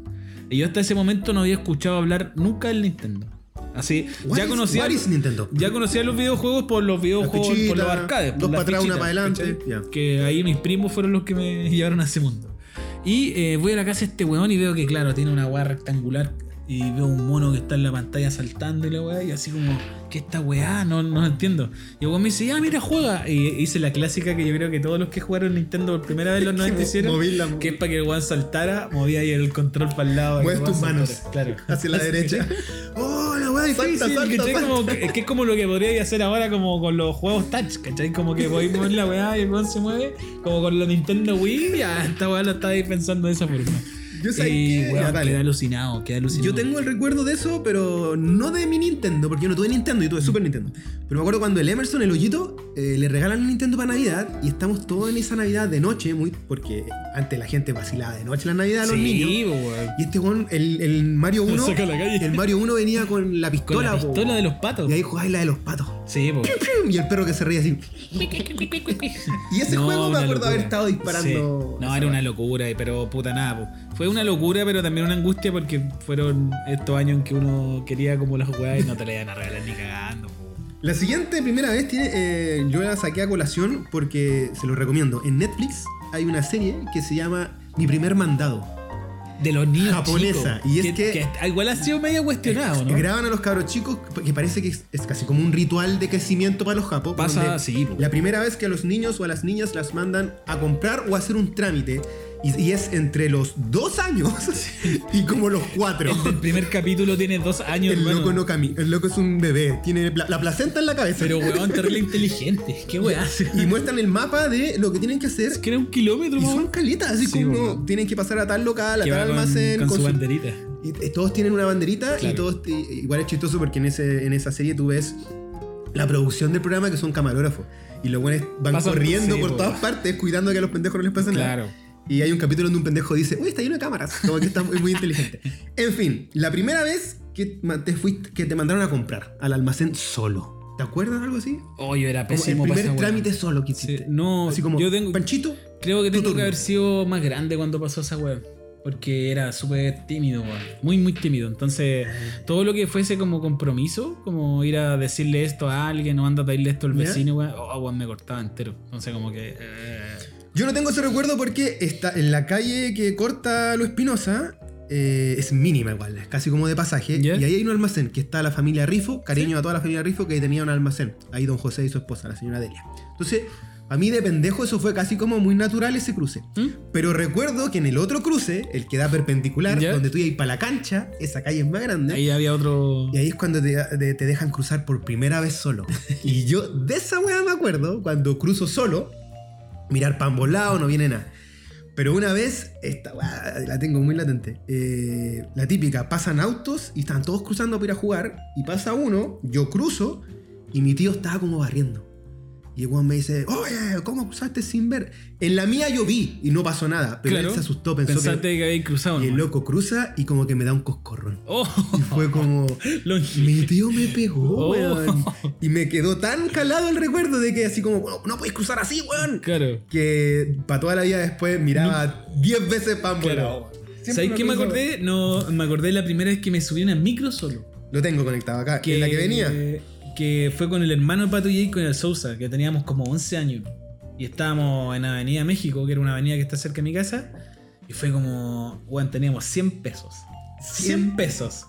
Speaker 5: Y yo hasta ese momento no había escuchado hablar nunca del Nintendo. Así,
Speaker 4: What
Speaker 5: ya
Speaker 4: is-
Speaker 5: conocía.
Speaker 4: what is Nintendo?
Speaker 5: Ya conocía los videojuegos por los
Speaker 4: Las
Speaker 5: videojuegos, por los
Speaker 4: fichitas,
Speaker 5: arcades. por
Speaker 4: dos
Speaker 5: las
Speaker 4: para atrás, una
Speaker 5: fichitas,
Speaker 4: para adelante.
Speaker 5: ¿cachai?
Speaker 4: Ya.
Speaker 5: Que ahí mis primos fueron los que me llevaron a ese mundo. Y eh, voy a la casa de este weón y veo que, claro, tiene una weá rectangular. Y veo un mono que está en la pantalla saltando y la weá. Y así como, ¿qué esta weá? No, no entiendo. Y el weón me dice, ah, mira, juega. Y hice la clásica que yo creo que todos los que jugaron Nintendo por primera vez en los 90 hicieron.
Speaker 4: moví la-
Speaker 5: Que es para que el weón saltara, movía ahí el control para el lado.
Speaker 4: Mueves
Speaker 5: el weón
Speaker 4: tus manos.
Speaker 5: saltara, Claro.
Speaker 4: Hacia la derecha. ¡Oh, la weá!
Speaker 5: Sí,
Speaker 4: ¡Salta,
Speaker 5: sí,
Speaker 4: salta,
Speaker 5: ¿cachai?
Speaker 4: salta!
Speaker 5: Como que- es que es como lo que podría hacer ahora como con los juegos touch, ¿cachai? Como que podéis mover la weá y el weón se mueve, como con la Nintendo Wii, ya esta weá la estaba ahí pensando de esa forma.
Speaker 4: Yo sé
Speaker 5: y
Speaker 4: que-
Speaker 5: weón,
Speaker 4: ya, dale.
Speaker 5: queda alucinado, queda alucinado.
Speaker 4: Yo tengo el recuerdo de eso, pero no de mi Nintendo, porque yo no tuve Nintendo, yo tuve Super Nintendo. Pero me acuerdo cuando el Emerson, el hoyito, eh, le regalan un Nintendo para Navidad y estamos todos en esa Navidad de noche, muy porque antes la gente vacilaba de noche la Navidad a los
Speaker 5: sí,
Speaker 4: niños.
Speaker 5: weón.
Speaker 4: Y este weón, el, el Mario
Speaker 5: Lo
Speaker 4: 1,
Speaker 5: saca a la calle.
Speaker 4: el Mario 1 venía con la
Speaker 5: Con
Speaker 4: pistola,
Speaker 5: la
Speaker 4: po.
Speaker 5: pistola de los patos.
Speaker 4: y ahí jugáis la de los patos.
Speaker 5: Sí, po.
Speaker 4: Y el perro que se ríe así. Y ese
Speaker 5: No,
Speaker 4: juego me
Speaker 5: una
Speaker 4: acuerdo
Speaker 5: locura.
Speaker 4: haber estado disparando.
Speaker 5: Sí. No, era una locura, pero puta nada. po. Fue una locura, pero también una angustia porque fueron estos años en que uno quería como las weas y no te la iban a regalar ni cagando. po.
Speaker 4: La siguiente primera vez tiene, eh, yo la saqué a colación porque se lo recomiendo. En Netflix hay una serie que se llama Mi primer mandado.
Speaker 5: de los niños
Speaker 4: Japonesa,
Speaker 5: chicos,
Speaker 4: y es que-
Speaker 5: igual ha sido medio cuestionado ¿no?
Speaker 4: Graban a los cabros chicos que parece que es, es casi como un ritual de crecimiento para los japos.
Speaker 5: Pasa,
Speaker 4: donde
Speaker 5: sí, po.
Speaker 4: La primera vez que a los niños o a las niñas las mandan a comprar o a hacer un trámite y, y es entre los dos años y como los cuatro.
Speaker 5: el del primer capítulo tiene dos años
Speaker 4: El
Speaker 5: hermano.
Speaker 4: loco no camina, el loco es un bebé, tiene pla- la placenta en la cabeza.
Speaker 5: pero weón terrible inteligente qué weón hace
Speaker 4: y muestran el mapa de lo que tienen que hacer
Speaker 5: es que era un kilómetro
Speaker 4: Y son
Speaker 5: weón.
Speaker 4: caletas, así
Speaker 5: Sí,
Speaker 4: como
Speaker 5: bueno.
Speaker 4: tienen que pasar a tal local, a
Speaker 5: que
Speaker 4: tal
Speaker 5: va con,
Speaker 4: almacén.
Speaker 5: con
Speaker 4: con
Speaker 5: su
Speaker 4: su-
Speaker 5: banderita
Speaker 4: y, eh, todos tienen una banderita
Speaker 5: Claro.
Speaker 4: y todos. y- igual es chistoso porque en, ese, en esa serie tú ves la producción del programa que son camarógrafos. Y los buenos van
Speaker 5: Pasan-
Speaker 4: corriendo
Speaker 5: sí,
Speaker 4: por
Speaker 5: po.
Speaker 4: todas partes, cuidando que a los pendejos no les pase
Speaker 5: claro
Speaker 4: nada. Y hay un capítulo donde un pendejo dice, uy, está lleno de cámaras. Como que está muy, muy inteligente. En fin, la primera vez que ma- te, fuiste, que te mandaron a comprar al almacén solo. ¿Te acuerdas de algo así?
Speaker 5: oh yo era
Speaker 4: Como
Speaker 5: pésimo
Speaker 4: el
Speaker 5: para
Speaker 4: primer
Speaker 5: esa weá.
Speaker 4: trámite solo que hiciste.
Speaker 5: Sí, no
Speaker 4: Así como,
Speaker 5: yo tengo
Speaker 4: Panchito,
Speaker 5: Creo que tengo
Speaker 4: turno.
Speaker 5: que haber sido más grande cuando pasó esa weá. Porque era súper tímido, weón. Muy, muy tímido. Entonces, todo lo que fuese como compromiso, como ir a decirle esto a alguien o anda a pedirle esto al
Speaker 4: ¿Ya?
Speaker 5: vecino, weón, oh, weón, me cortaba entero. Entonces, como que. eh,
Speaker 4: Yo no tengo ese recuerdo porque está en la calle que corta Lo Espinosa eh, es mínima igual, es casi como de pasaje.
Speaker 5: Ya.
Speaker 4: Y ahí hay un almacén que está la familia Rifo, cariño a toda la familia Rifo que tenía un almacén. Ahí don José y su esposa, la señora Delia. Entonces, a mí de pendejo eso fue casi como muy natural ese cruce.
Speaker 5: ¿Mm?
Speaker 4: Pero recuerdo que en el otro cruce, el que da perpendicular,
Speaker 5: Ya.
Speaker 4: donde tú ibas para la cancha, esa calle es más grande.
Speaker 5: Ahí había otro.
Speaker 4: Y ahí es cuando te, de- te dejan cruzar por primera vez solo. Y yo de esa weá me acuerdo, cuando cruzo solo, mirar pan volado, no viene nada. Pero una vez, esta weá la tengo muy latente. Eh, la típica, pasan autos y están todos cruzando para ir a jugar. Y pasa uno, yo cruzo y mi tío estaba como barriendo. Y el weón me dice, oye, ¿cómo cruzaste sin ver? En la mía yo vi y no pasó nada. Pero
Speaker 5: Claro.
Speaker 4: él se asustó, pensó
Speaker 5: Pensaste
Speaker 4: que...
Speaker 5: que, había cruzado.
Speaker 4: Y el
Speaker 5: nomás.
Speaker 4: loco cruza y como que me da un coscorrón.
Speaker 5: Oh,
Speaker 4: Y fue como...
Speaker 5: lo-
Speaker 4: Mi tío me pegó,
Speaker 5: Oh.
Speaker 4: weón. Y me quedó tan calado el recuerdo de que así como, "Bueno, no podéis cruzar así, weón.
Speaker 5: Claro.
Speaker 4: Que para toda la vida después miraba 10 veces pan
Speaker 5: Claro.
Speaker 4: volado. Siempre
Speaker 5: ¿Sabéis qué me
Speaker 4: acuerdo-
Speaker 5: acordé? No, me acordé la primera vez que me subí a una micro solo.
Speaker 4: Lo tengo conectado acá,
Speaker 5: que,
Speaker 4: en la que venía.
Speaker 5: Que fue con el hermano de Pato y con el Sousa, que teníamos como 11 años. Y estábamos en Avenida México, que era una avenida que está cerca de mi casa. Y fue como, weón, teníamos 100 pesos. 100 pesos.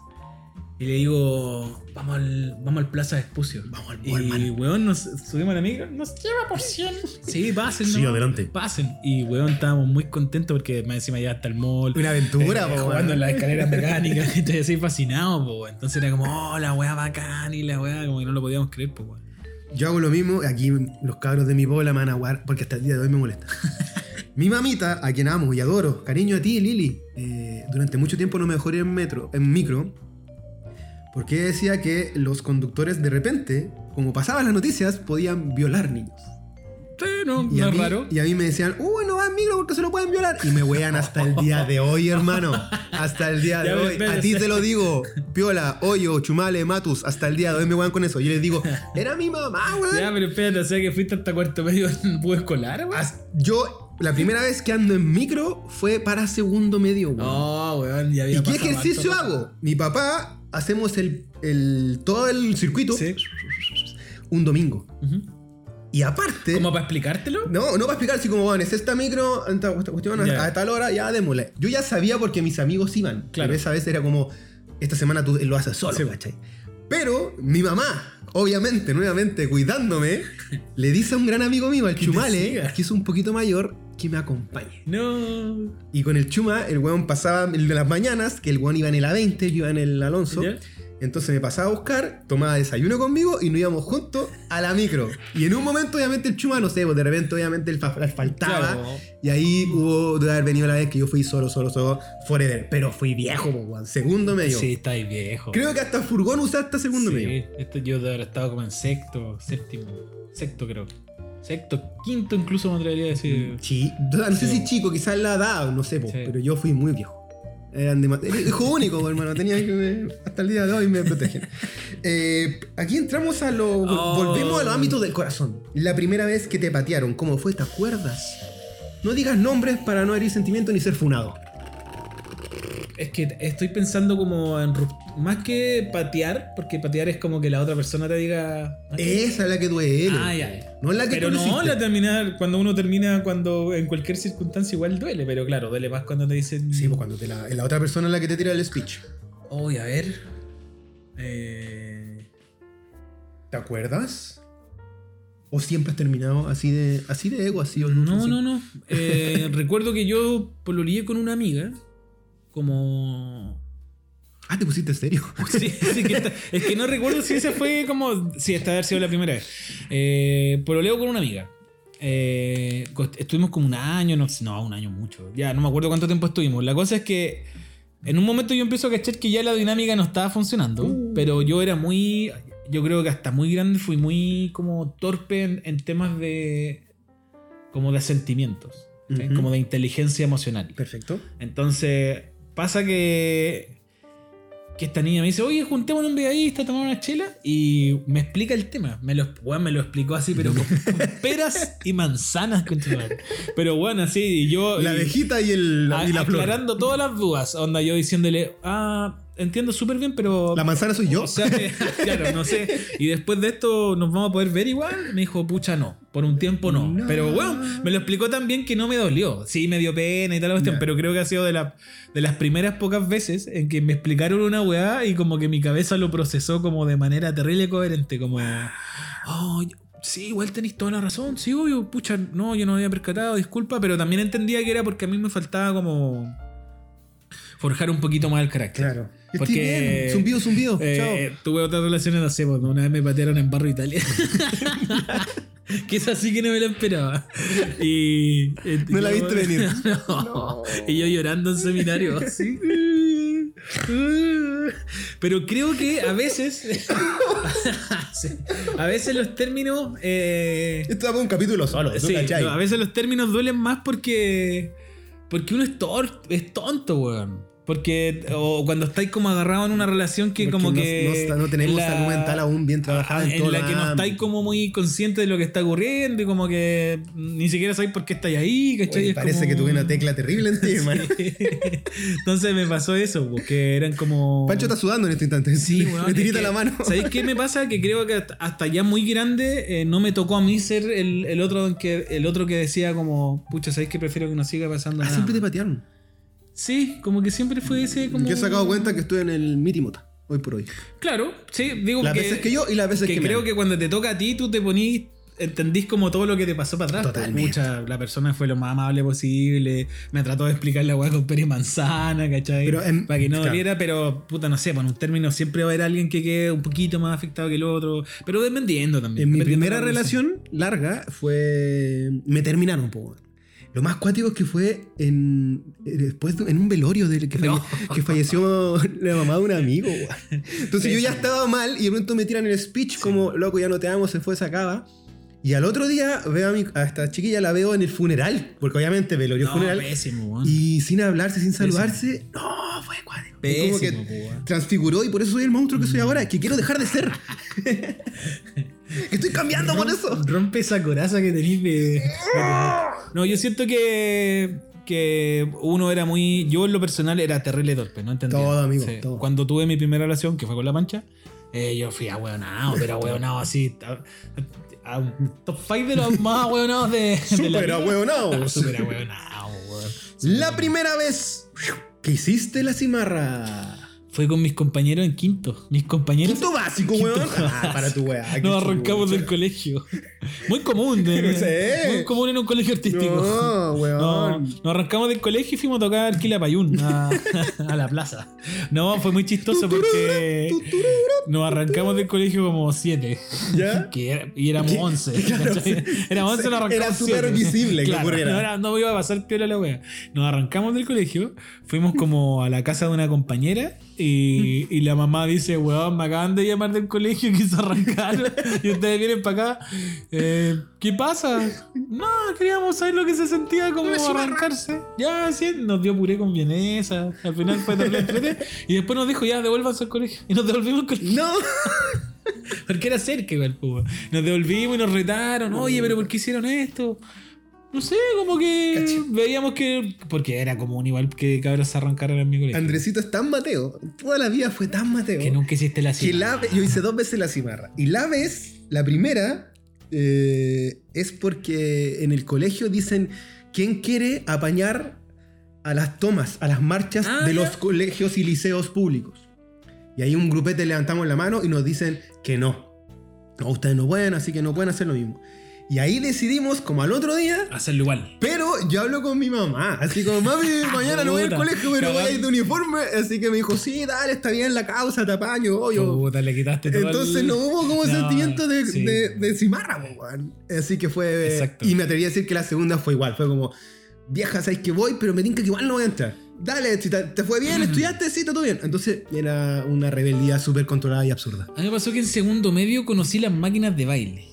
Speaker 5: Y le digo, vamos al, vamos al Plaza Vespucio.
Speaker 4: Vamos al
Speaker 5: Y
Speaker 4: Walmart.
Speaker 5: weón, nos subimos a la micro, nos lleva por 100. Sí, pasen.
Speaker 4: Sí,
Speaker 5: nomás,
Speaker 4: adelante.
Speaker 5: Pasen. Y weón, estábamos muy contentos porque más encima ya hasta el mall.
Speaker 4: Una aventura,
Speaker 5: Eh,
Speaker 4: po,
Speaker 5: jugando en
Speaker 4: weón.
Speaker 5: las escaleras mecánicas, gente así fascinado, po, weón. Entonces era como, oh, la weá bacán y la weá, como que no lo podíamos creer, po, weón.
Speaker 4: Yo hago lo mismo, aquí los cabros de mi bola me van a guardar, porque hasta el día de hoy me molesta. mi mamita, a quien amo y adoro, cariño a ti, Lili, eh, durante mucho tiempo no me dejó ir en metro, en micro, porque decía que los conductores de repente, como pasaban las noticias, podían violar niños.
Speaker 5: Sí, no,
Speaker 4: Y a
Speaker 5: no es
Speaker 4: mí-
Speaker 5: raro.
Speaker 4: Y a mí me decían, uy, no vas en micro porque se lo pueden violar. Y me wean hasta el día de hoy, hermano. Hasta el día de
Speaker 5: Ya,
Speaker 4: hoy.
Speaker 5: pero-
Speaker 4: A ti te lo digo, Piola, Hoyo, Chumale, Matus, hasta el día de hoy me wean con eso. Y les digo, era mi mamá, weón.
Speaker 5: Ya, pero espérate, o sea que fuiste hasta cuarto medio en bus escolar, weón.
Speaker 4: As- Yo, la primera vez que ando en micro fue para segundo medio, weón.
Speaker 5: No, weón, Oh, ya había
Speaker 4: ¿Y qué
Speaker 5: pasado
Speaker 4: ejercicio
Speaker 5: harto,
Speaker 4: hago? Mi papá, hacemos el, el- todo el circuito
Speaker 5: Sí.
Speaker 4: un domingo.
Speaker 5: Ujú.
Speaker 4: Y aparte...
Speaker 5: ¿Cómo para explicártelo?
Speaker 4: No, no para explicar, así como, bueno, es esta micro, esta cuest- cuestión,
Speaker 5: Ya.
Speaker 4: a tal hora, ya démosle. Yo ya sabía porque mis amigos iban.
Speaker 5: Claro.
Speaker 4: Pero esa vez era como, esta semana tú lo haces solo,
Speaker 5: Sí.
Speaker 4: ¿cachai? Pero mi mamá, obviamente, nuevamente cuidándome, le dice a un gran amigo mío, al
Speaker 5: te
Speaker 4: Chumale,
Speaker 5: siga.
Speaker 4: que es un poquito mayor, que me acompañe.
Speaker 5: No.
Speaker 4: Y con el Chuma, el weón pasaba en las mañanas, que el weón iba en el A20, yo iba en el Alonso.
Speaker 5: Ya.
Speaker 4: Entonces me pasaba a buscar, tomaba desayuno conmigo y nos íbamos juntos a la micro. Y en un momento, obviamente, el Chuma, no sé, pues de repente, obviamente, él fa- faltaba.
Speaker 5: Claro.
Speaker 4: Y ahí hubo de haber venido la vez que yo fui solo, solo, solo, forever. Pero fui viejo, po, weón. Segundo medio.
Speaker 5: Sí, estáis viejo.
Speaker 4: Creo que hasta furgón usaste segundo medio.
Speaker 5: Sí, esto yo de haber estado como en sexto, séptimo, sexto creo. Sexto, quinto incluso me atrevería a decir.
Speaker 4: Sí, no sé
Speaker 5: Sí.
Speaker 4: si chico, quizás la edad, no sé, po,
Speaker 5: Sí.
Speaker 4: pero yo fui muy viejo. Eran dema- era hijo único, po, hermano. Tenía que me- hasta el día de hoy me protegen. Eh, aquí entramos a lo. vol-
Speaker 5: Oh.
Speaker 4: Volvemos a los ámbitos del corazón. La primera vez que te patearon, ¿cómo fue? ¿Te acuerdas? No digas nombres para no herir sentimiento ni ser funado.
Speaker 5: Es que estoy pensando como en rup- más que patear, porque patear es como que la otra persona te diga.
Speaker 4: Esa es la que duele.
Speaker 5: Ah, ya, ya.
Speaker 4: No es la que
Speaker 5: Pero
Speaker 4: tú
Speaker 5: no,
Speaker 4: hiciste.
Speaker 5: la terminar, cuando uno termina, cuando en cualquier circunstancia igual duele, pero claro, duele más cuando te dicen.
Speaker 4: Sí, pues cuando te la, la otra persona es la que te tira el speech.
Speaker 5: Uy, a ver. Eh,
Speaker 4: ¿Te acuerdas? ¿O siempre has terminado así de, así de ego, así o
Speaker 5: No, no, no. Eh, recuerdo que yo pololeé con una amiga, como
Speaker 4: Ah, te pusiste en serio.
Speaker 5: Sí, sí, que esta- es que no recuerdo si esa fue como. Sí, esta debe haber sido la primera vez. Eh, leo con una amiga. Eh, cost- estuvimos como un año, no, sé, no, un año mucho. Ya, no me acuerdo cuánto tiempo estuvimos. La cosa es que en un momento yo empiezo a cachar que ya la dinámica no estaba funcionando, pero yo era muy. Yo creo que hasta muy grande fui muy como torpe en, en temas de. como de sentimientos, ¿sí?
Speaker 4: Ujú.
Speaker 5: como de inteligencia emocional.
Speaker 4: Perfecto.
Speaker 5: Entonces, pasa que que esta niña me dice, oye, juntémonos un vegadista a tomar una chela. Y me explica el tema. Me lo, weón, me lo explicó así, pero con, con peras y manzanas, continuar. Pero bueno, así, y yo.
Speaker 4: La
Speaker 5: y-
Speaker 4: abejita y, el,
Speaker 5: a-
Speaker 4: y la flor.
Speaker 5: aclarando todas las dudas. Onda, yo diciéndole, ah, entiendo súper bien, pero.
Speaker 4: La manzana soy yo.
Speaker 5: O sea que, claro, no sé. Y después de esto, ¿nos vamos a poder ver igual? Me dijo, pucha, no. Por un tiempo no.
Speaker 4: No.
Speaker 5: Pero bueno, me lo explicó tan bien que no me dolió. Sí, me dio pena y tal la cuestión,
Speaker 4: Ya.
Speaker 5: pero creo que ha sido de, la- de las primeras pocas veces en que me explicaron una weá y como que mi cabeza lo procesó como de manera terrible y coherente. Como, oh, yo- sí, igual tenéis toda la razón. Sí, obvio, pucha, no, yo no me había percatado, disculpa, pero también entendía que era porque a mí me faltaba como forjar un poquito más el carácter.
Speaker 4: Claro. Estoy
Speaker 5: Porque-
Speaker 4: bien. Zumbido, zumbido.
Speaker 5: Eh, tuve otras relaciones, no sé, porque una vez me patearon en barro Italia. que esa sí que no me la esperaba. Y, eh,
Speaker 4: No la
Speaker 5: yo-
Speaker 4: viste venir.
Speaker 5: No. Y yo llorando en seminario. así. Pero creo que a veces. Sí. a veces los términos. eh,
Speaker 4: Chao. Esto da para un capítulo solo. ¿tú
Speaker 5: sí,
Speaker 4: cachai?
Speaker 5: no, a veces los términos duelen más porque. Porque uno es, tor- es tonto, weón. Porque. O cuando estáis como agarrado en una relación que
Speaker 4: Porque
Speaker 5: como
Speaker 4: no-
Speaker 5: que.
Speaker 4: no está- no tenemos
Speaker 5: la-
Speaker 4: salud mental aún bien trabajada en
Speaker 5: En,
Speaker 4: todo
Speaker 5: la que no
Speaker 4: lado.
Speaker 5: estáis como muy consciente de lo que está ocurriendo y como que ni siquiera sabéis por qué estáis ahí, ¿cachai?
Speaker 4: Oye,
Speaker 5: Es
Speaker 4: parece
Speaker 5: como-
Speaker 4: que tuve una tecla terrible encima.
Speaker 5: Entonces me pasó eso, porque eran como.
Speaker 4: Pancho está sudando en este instante.
Speaker 5: Sí,
Speaker 4: Le-
Speaker 5: weón,
Speaker 4: Le
Speaker 5: es
Speaker 4: tirita
Speaker 5: que,
Speaker 4: la mano.
Speaker 5: ¿Sabéis qué me pasa? Que creo que hasta- hasta ya muy grande eh, no me tocó a mí ser el, el otro en que el otro que decía como, pucha, ¿sabéis que prefiero que no siga pasando
Speaker 4: Ah,
Speaker 5: nada
Speaker 4: siempre te
Speaker 5: más"?
Speaker 4: patearon.
Speaker 5: Sí, como que siempre fue ese como...
Speaker 4: Yo he sacado cuenta que estoy en el mitimota. Hoy por hoy.
Speaker 5: Claro, sí, digo
Speaker 4: Las
Speaker 5: que...
Speaker 4: veces que yo y las veces que,
Speaker 5: que
Speaker 4: me
Speaker 5: creo
Speaker 4: han-
Speaker 5: que cuando te toca a ti, tú te ponís, entendís como todo lo que te pasó para atrás. pues,
Speaker 4: Totalmente.
Speaker 5: pucha, la persona fue lo más amable posible, me trató de explicar la weá con Pérez Manzana, ¿cachai?
Speaker 4: Pero, em,
Speaker 5: para que no
Speaker 4: claro.
Speaker 5: doliera, pero puta, no sé, por un término siempre va a haber alguien que quede un poquito más afectado que el otro, pero dependiendo también.
Speaker 4: En mi
Speaker 5: dependiendo
Speaker 4: primera
Speaker 5: de la
Speaker 4: relación larga fue. Me terminaron un poco. Lo más cuático es que fue en, eh, después de- en un velorio del que,
Speaker 5: No.
Speaker 4: falle- que falleció la mamá de un amigo. güey. Entonces yo ya estaba mal y de pronto me tiran el speech como, loco, ya no te amo, se fue, se acaba. Y al otro día veo a, mi- a esta chiquilla, la veo en el funeral, porque obviamente velorio
Speaker 5: No,
Speaker 4: funeral.
Speaker 5: pésimo, weón.
Speaker 4: Y sin hablarse, sin saludarse, no, fue cuático. Es como que
Speaker 5: Pésimo, po, weón.
Speaker 4: transfiguró y por eso soy el monstruo que soy ahora, que quiero dejar de ser. Estoy cambiando por eso.
Speaker 5: Rompe esa coraza que tenés de. No, yo siento que. Que uno era muy. Yo en lo personal era terrible torpe, ¿no entendía?
Speaker 4: Todo, amigo, todo.
Speaker 5: Cuando tuve mi primera relación, que fue con la pancha, eh, yo fui ahueonado, pero ahueonado así. A, a un top 5 de los más ahueonados de. de la
Speaker 4: Súper
Speaker 5: vida.
Speaker 4: ahueonados.
Speaker 5: Súper ahueonado, weón.
Speaker 4: La primera vez que hiciste la cimarra.
Speaker 5: Fue con mis compañeros en quinto. Mis compañeros.
Speaker 4: Quinto básico,
Speaker 5: Quinto
Speaker 4: weón. Ah,
Speaker 5: básico.
Speaker 4: para tu weá.
Speaker 5: Nos arrancamos del
Speaker 4: colegio.
Speaker 5: colegio. Muy común, de-
Speaker 4: Sí.
Speaker 5: muy común en un colegio artístico. No,
Speaker 4: No, weón.
Speaker 5: nos arrancamos del colegio y fuimos a tocar Quilapayún a, a la plaza. No, fue muy chistoso porque nos arrancamos del colegio como siete.
Speaker 4: ¿Ya?
Speaker 5: Que era- y éramos
Speaker 4: Que-
Speaker 5: 11.
Speaker 4: claro,
Speaker 5: ¿cachai? éramos 11, nos arrancamos.
Speaker 4: era súper
Speaker 5: siete.
Speaker 4: visible que
Speaker 5: Claro,
Speaker 4: ocurriera.
Speaker 5: No, era- no iba a pasar piola la wea. Nos arrancamos del colegio, fuimos como a la casa de una compañera y, y la mamá dice: Weón, me acaban de llamar del colegio que se arrancaron y ustedes vienen para acá. Eh, ¿Qué pasa? No, queríamos saber lo que se sentía como arrancarse. Ya, sí, nos dio puré con vienesa. Al final fue terrible entrete. Y después nos dijo: Ya, devuélvanse al colegio. Y nos devolvimos al colegio.
Speaker 4: No.
Speaker 5: Porque era cerca igual, po, weón. Nos devolvimos y nos retaron. Oye, pero ¿por qué hicieron esto? No sé, como que veíamos que. Porque era común igual que cabros se arrancaran en mi colegio.
Speaker 4: Andresito es tan Mateo. Toda la vida fue tan Mateo.
Speaker 5: que nunca hiciste la
Speaker 4: Que
Speaker 5: cita.
Speaker 4: la, yo hice dos veces la cimarra. Y la vez, la primera, eh, es porque en el colegio dicen quién quiere apañar a las tomas, a las marchas
Speaker 5: Ah,
Speaker 4: de
Speaker 5: ya.
Speaker 4: los colegios y liceos públicos. Y ahí un grupete levantamos la mano y nos dicen que no. No, ustedes no pueden, así que no pueden hacer lo mismo. Y ahí decidimos, como al otro día,
Speaker 5: Hacerlo igual.
Speaker 4: pero yo hablo con mi mamá. Así como, mami, mañana no voy al
Speaker 5: Ah, Puta,
Speaker 4: colegio, pero voy a ir de
Speaker 5: cagando.
Speaker 4: uniforme. Así que me dijo, sí, dale, está bien la causa, te apaño, obvio.
Speaker 5: Puta, le quitaste todo
Speaker 4: Entonces
Speaker 5: el-
Speaker 4: no hubo como
Speaker 5: No,
Speaker 4: sentimiento de,
Speaker 5: sí.
Speaker 4: de, de cimarra, po, weón. Así que fue.
Speaker 5: Exacto.
Speaker 4: Y me atreví a decir que la segunda fue igual. Fue como, vieja, sabes que voy, pero me tinca que igual no voy a entrar. Dale, si te, te fue bien, estudiaste, sí, está todo bien. Entonces era una rebeldía súper controlada y absurda.
Speaker 5: A mí me pasó que en segundo medio conocí las máquinas de baile.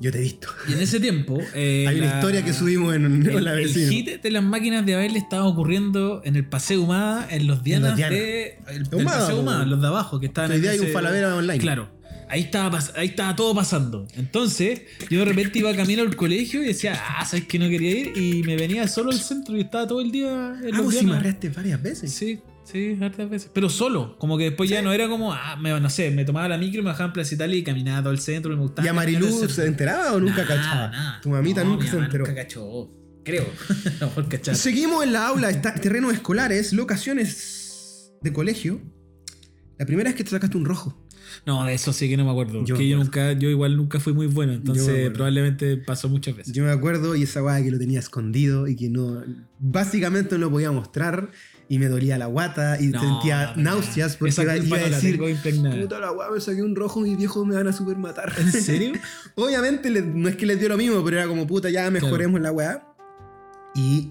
Speaker 4: Yo te he visto.
Speaker 5: Y en ese tiempo. eh,
Speaker 4: Hay una
Speaker 5: la-
Speaker 4: historia que subimos en, en
Speaker 5: El,
Speaker 4: la
Speaker 5: el
Speaker 4: vecina.
Speaker 5: hit de las máquinas de baile estaba ocurriendo en el Paseo Humada, en los dianas
Speaker 4: Dianas.
Speaker 5: de. El, del
Speaker 4: Humada,
Speaker 5: Paseo
Speaker 4: po.
Speaker 5: Humada, los de abajo, que estaban
Speaker 4: Hoy
Speaker 5: en
Speaker 4: día hay un
Speaker 5: ese-
Speaker 4: Falabella online.
Speaker 5: Claro. Ahí estaba, pas- ahí estaba todo pasando. Entonces, yo de repente iba camino al colegio y decía, ah, sabes que no quería ir. Y me venía solo al centro y estaba todo el día en
Speaker 4: Ah,
Speaker 5: los
Speaker 4: vos sí
Speaker 5: dianas.
Speaker 4: marraste varias veces.
Speaker 5: Sí, sí, hartas veces. Pero solo. Como que después ya no era como, ah, me- no sé, me tomaba la micro y me bajaba en Plaza Italia y caminaba todo el centro y me gustaba.
Speaker 4: ¿Y a Marilú
Speaker 5: Entonces,
Speaker 4: se enteraba o nunca
Speaker 5: nada,
Speaker 4: cachaba?
Speaker 5: nada.
Speaker 4: Tu mamita
Speaker 5: No,
Speaker 4: nunca
Speaker 5: mi
Speaker 4: se
Speaker 5: mamá
Speaker 4: enteró.
Speaker 5: Nunca cachó, creo. A lo mejor cachar.
Speaker 4: Seguimos en la aula, está, terrenos escolares, locaciones de colegio. La primera es que te sacaste un rojo.
Speaker 5: No, de eso sí que no me acuerdo.
Speaker 4: Yo
Speaker 5: que
Speaker 4: me
Speaker 5: yo
Speaker 4: acuerdo.
Speaker 5: nunca, yo igual nunca fui muy bueno,
Speaker 4: Yo me
Speaker 5: entonces
Speaker 4: acuerdo.
Speaker 5: probablemente pasó muchas veces.
Speaker 4: Yo me acuerdo y esa guada que lo tenía escondido y que no. Básicamente no lo podía mostrar y me dolía la guata y
Speaker 5: No,
Speaker 4: sentía
Speaker 5: la verdad.
Speaker 4: náuseas porque
Speaker 5: Esa
Speaker 4: iba,
Speaker 5: culpa
Speaker 4: iba a
Speaker 5: no la
Speaker 4: decir.
Speaker 5: tengo impregnada.
Speaker 4: Puta la guada, me saqué un rojo y viejos me van a supermatar.
Speaker 5: ¿En serio?
Speaker 4: Obviamente le- no es que les dio lo mismo, pero era como puta, ya mejoremos la weá. Y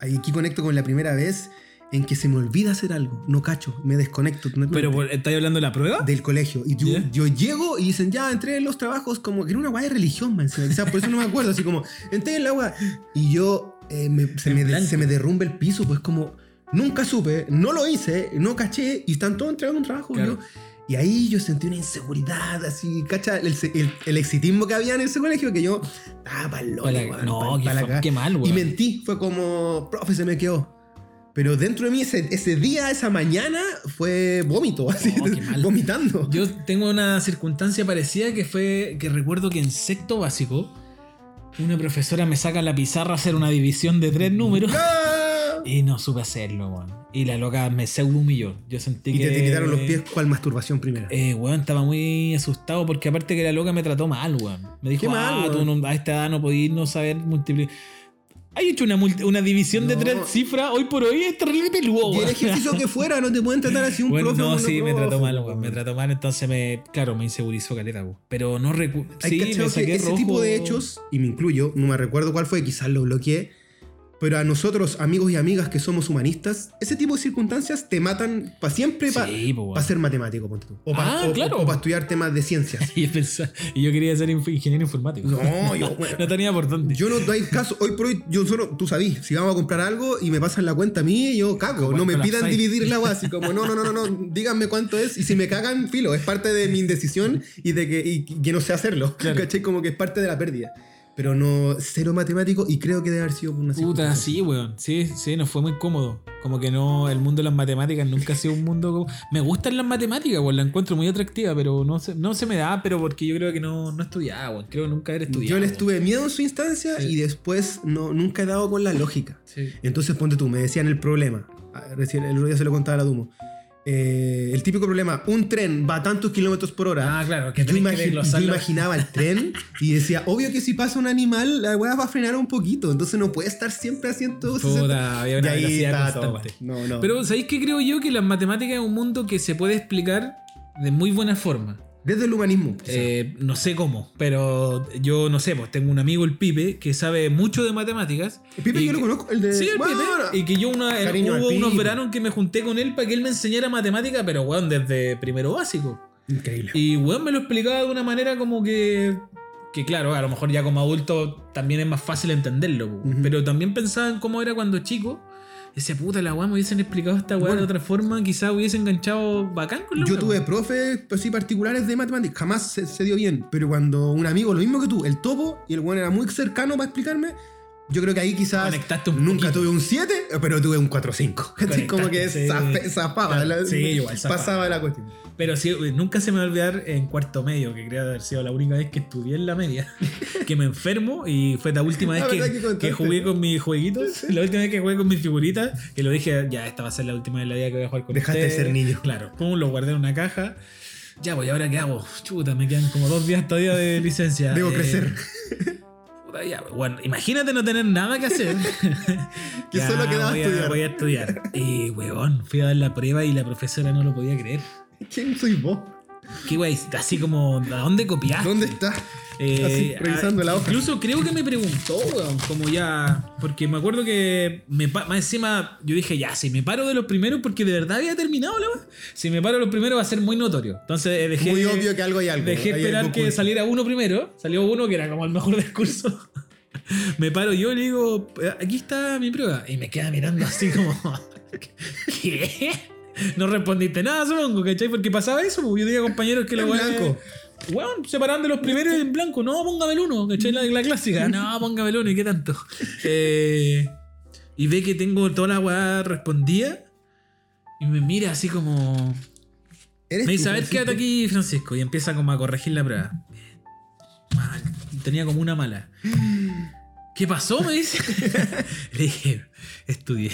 Speaker 4: aquí conecto con la primera vez en que se me olvida hacer algo. No cacho, me desconecto. totalmente
Speaker 5: Pero por- ¿estáis hablando de la prueba?
Speaker 4: del colegio. Y yo,
Speaker 5: ¿Ya?
Speaker 4: yo llego y dicen, ya, entré en los trabajos como que era una weá de religión, man. encima, Quizás por eso no me acuerdo. Así como, entré en la weá. Y yo, eh, me- se,
Speaker 5: En
Speaker 4: me de-
Speaker 5: blanco.
Speaker 4: se me derrumba el piso, pues como, nunca supe, no lo hice, no caché y están todos entregando un trabajo.
Speaker 5: Claro.
Speaker 4: yo- y ahí yo sentí una inseguridad, así, cacha, el, el- el exitismo que había en ese colegio, que yo, ah, pa'l loco,
Speaker 5: Para-
Speaker 4: weón,
Speaker 5: no,
Speaker 4: pa'l-
Speaker 5: qué
Speaker 4: pa'l
Speaker 5: fa-
Speaker 4: acá".
Speaker 5: qué mal, weón.
Speaker 4: Y mentí, fue como, profe, se me quedó. Pero dentro de mí ese, ese día, esa mañana, fue vómito, así,
Speaker 5: Oh, qué mal.
Speaker 4: vomitando.
Speaker 5: Yo tengo una circunstancia parecida que fue que recuerdo que en sexto básico una profesora me saca la pizarra a hacer una división de tres números
Speaker 4: ¡Ah!
Speaker 5: y no supe hacerlo, weón. Y la loca me pseudo humilló. Yo sentí
Speaker 4: Y
Speaker 5: que
Speaker 4: te, te quitaron los pies, ¿cuál masturbación primera?
Speaker 5: Eh, weón, estaba muy asustado porque aparte que la loca me trató mal, weón. Me dijo,
Speaker 4: Qué mal,
Speaker 5: ah, tú
Speaker 4: weón".
Speaker 5: no- a esta edad no podías no saber multiplicar. ¿Has hecho una, multi- una división de
Speaker 4: No.
Speaker 5: tres cifras hoy por hoy? Es terrible peludo,
Speaker 4: y el
Speaker 5: weón.
Speaker 4: ejercicio que fuera, no te pueden tratar así un
Speaker 5: Bueno,
Speaker 4: profe.
Speaker 5: no,
Speaker 4: un
Speaker 5: sí, me
Speaker 4: profe.
Speaker 5: trató mal, weón. Me trató mal, entonces me, claro, me insegurizó caleta, weón. Pero no recuerdo.
Speaker 4: Hay
Speaker 5: Sí,
Speaker 4: cachado
Speaker 5: me
Speaker 4: que
Speaker 5: saqué
Speaker 4: ese
Speaker 5: rojo.
Speaker 4: tipo de hechos, y me incluyo, no me recuerdo cuál fue, quizás lo bloqueé, pero a nosotros, amigos y amigas que somos humanistas, ese tipo de circunstancias te matan para siempre para
Speaker 5: Sí, po, weón.
Speaker 4: ser matemático, ponte tú. O para
Speaker 5: Ah, claro.
Speaker 4: estudiar temas de ciencias.
Speaker 5: Y, yo pensaba- y yo quería ser inf- ingeniero informático.
Speaker 4: No, yo, bueno,
Speaker 5: No tenía por dónde.
Speaker 4: Yo no doy caso. Hoy por hoy, yo solo, tú sabís, si vamos a comprar algo y me pasan la cuenta a mí, yo cago.
Speaker 5: Como
Speaker 4: no
Speaker 5: el
Speaker 4: me pidan
Speaker 5: colapsai.
Speaker 4: dividir la así como no, no, no, no, no, díganme cuánto es. Y si me cagan, filo, es parte de mi indecisión y de que, y que no sé hacerlo. ¿Cachai? Como que es parte de la pérdida. Pero no, cero matemático y creo que debe haber sido por una
Speaker 5: Puta,
Speaker 4: circunstancia.
Speaker 5: sí, weón. Sí, sí, nos fue muy cómodo. Como que no, el mundo de las matemáticas nunca ha sido un mundo. como- Me gustan las matemáticas, weón. La encuentro muy atractiva, pero no se, no se me da, pero porque yo creo que no, no estudiaba, weón. Creo que nunca haber estudiado.
Speaker 4: Yo les
Speaker 5: weón.
Speaker 4: tuve miedo en su instancia
Speaker 5: Sí.
Speaker 4: y después no, nunca he dado con la lógica.
Speaker 5: Sí.
Speaker 4: Entonces ponte tú, me decían el problema. Ah, Recién el otro día se lo contaba a la Dumo. Eh, el típico problema, un tren va a tantos kilómetros por hora.
Speaker 5: Ah, claro, que
Speaker 4: yo,
Speaker 5: tenés que
Speaker 4: imagi-
Speaker 5: desglosarlo.
Speaker 4: yo imaginaba el tren y decía, obvio que si pasa un animal, la weá va a frenar un poquito. Entonces no puede estar siempre a 160.
Speaker 5: Puta, había
Speaker 4: y
Speaker 5: una
Speaker 4: ahí
Speaker 5: velocidad
Speaker 4: está todo.
Speaker 5: constante.
Speaker 4: No, no.
Speaker 5: Pero ¿sabéis qué creo yo? Que las matemáticas es un mundo que se puede explicar de muy buena forma.
Speaker 4: Desde el humanismo. quizá.
Speaker 5: Eh, no sé cómo, pero yo no sé, pues tengo un amigo, el Pipe, que sabe mucho de matemáticas.
Speaker 4: El Pipe
Speaker 5: y
Speaker 4: yo lo
Speaker 5: que-
Speaker 4: conozco, el de...
Speaker 5: Sí, el
Speaker 4: Bueno,
Speaker 5: Pipe.
Speaker 4: ahora-
Speaker 5: Y que yo una, en-
Speaker 4: Cariño al
Speaker 5: hubo unos
Speaker 4: Pipe.
Speaker 5: veranos que me junté con él para que él me enseñara matemática, pero weón, desde primero básico.
Speaker 4: Increíble.
Speaker 5: Y weón me lo explicaba de una manera como que. Que claro, a lo mejor ya como adulto también es más fácil entenderlo. po.
Speaker 4: Ujú.
Speaker 5: Pero también pensaba en cómo era cuando chico. Ese puta la weón me hubiesen explicado esta weá de otra forma, quizás hubiese enganchado bacán con la
Speaker 4: Yo
Speaker 5: weá,
Speaker 4: tuve profes pues, sí, particulares de matemáticas, jamás se, se dio bien, pero cuando un amigo, lo mismo que tú, el topo, y el bueno era muy cercano para explicarme, yo creo que ahí quizás
Speaker 5: Conectaste un
Speaker 4: nunca
Speaker 5: poquito.
Speaker 4: tuve un 7, pero tuve un 4-5. ¿cachai? Como que
Speaker 5: Conectaste, sí.
Speaker 4: zape- zapaba,
Speaker 5: Claro,
Speaker 4: la-
Speaker 5: sí, igual, zapaba.
Speaker 4: pasaba la cuestión.
Speaker 5: Pero sí, uy, nunca se me va a olvidar en cuarto medio, que creo haber sido la única vez que estudié en la media, que me enfermo y fue la última vez
Speaker 4: La
Speaker 5: que,
Speaker 4: verdad que contaste.
Speaker 5: que jugué con mis jueguitos, la última vez que jugué con mis figuritas, que lo dije, ya, esta va a ser la última de la vida que voy a jugar con
Speaker 4: Dejaste de
Speaker 5: ustedes".
Speaker 4: ser niño.
Speaker 5: Claro, pum, lo guardé en una caja. Ya, pues, ¿y ahora qué hago? Chuta, me quedan como dos días todavía de licencia.
Speaker 4: Debo
Speaker 5: Eh,
Speaker 4: crecer.
Speaker 5: puta, ya, pues, bueno, imagínate no tener nada que hacer.
Speaker 4: Que solo quedaba
Speaker 5: voy a-
Speaker 4: estudiar.
Speaker 5: Voy a estudiar. Y, huevón, fui a dar la prueba y la profesora no lo podía creer.
Speaker 4: ¿Quién soy vos?
Speaker 5: Qué guay, así como, ¿a dónde copiaste?
Speaker 4: ¿Dónde está?
Speaker 5: Eh,
Speaker 4: Así, revisando
Speaker 5: ah,
Speaker 4: la hoja.
Speaker 5: Incluso creo que me preguntó, weón, como ya. Porque me acuerdo que me pa- más encima yo dije, ya, si me paro de los primeros, porque de verdad había terminado la weá. Si me paro de los primeros va a ser muy notorio. Entonces eh, dejé.
Speaker 4: Muy obvio que algo hay algo,
Speaker 5: Dejé
Speaker 4: hay
Speaker 5: esperar
Speaker 4: algo
Speaker 5: que
Speaker 4: oculto.
Speaker 5: saliera uno primero. Salió uno que era como el mejor del curso. Me paro yo y le digo, "Eh, aquí está mi prueba. Y me queda mirando así como, ¿qué? No respondiste nada, supongo, ¿cachai? Porque pasaba eso, porque yo tenía compañeros que la
Speaker 4: En
Speaker 5: weá-
Speaker 4: blanco.
Speaker 5: Weón, se paraban de los primeros en blanco. No, póngame el uno, ¿cachai? La, la clásica. No, póngame el uno, ¿y qué tanto? Eh, y ve que tengo toda la weá respondida. Y me mira así como.
Speaker 4: ¿Eres
Speaker 5: Me
Speaker 4: tú,
Speaker 5: dice, a ver,
Speaker 4: Francisco?
Speaker 5: quédate aquí, Francisco. Y empieza como a corregir la prueba. Mal. Tenía como una mala. ¿Qué pasó? Me dice. Le dije, estudié.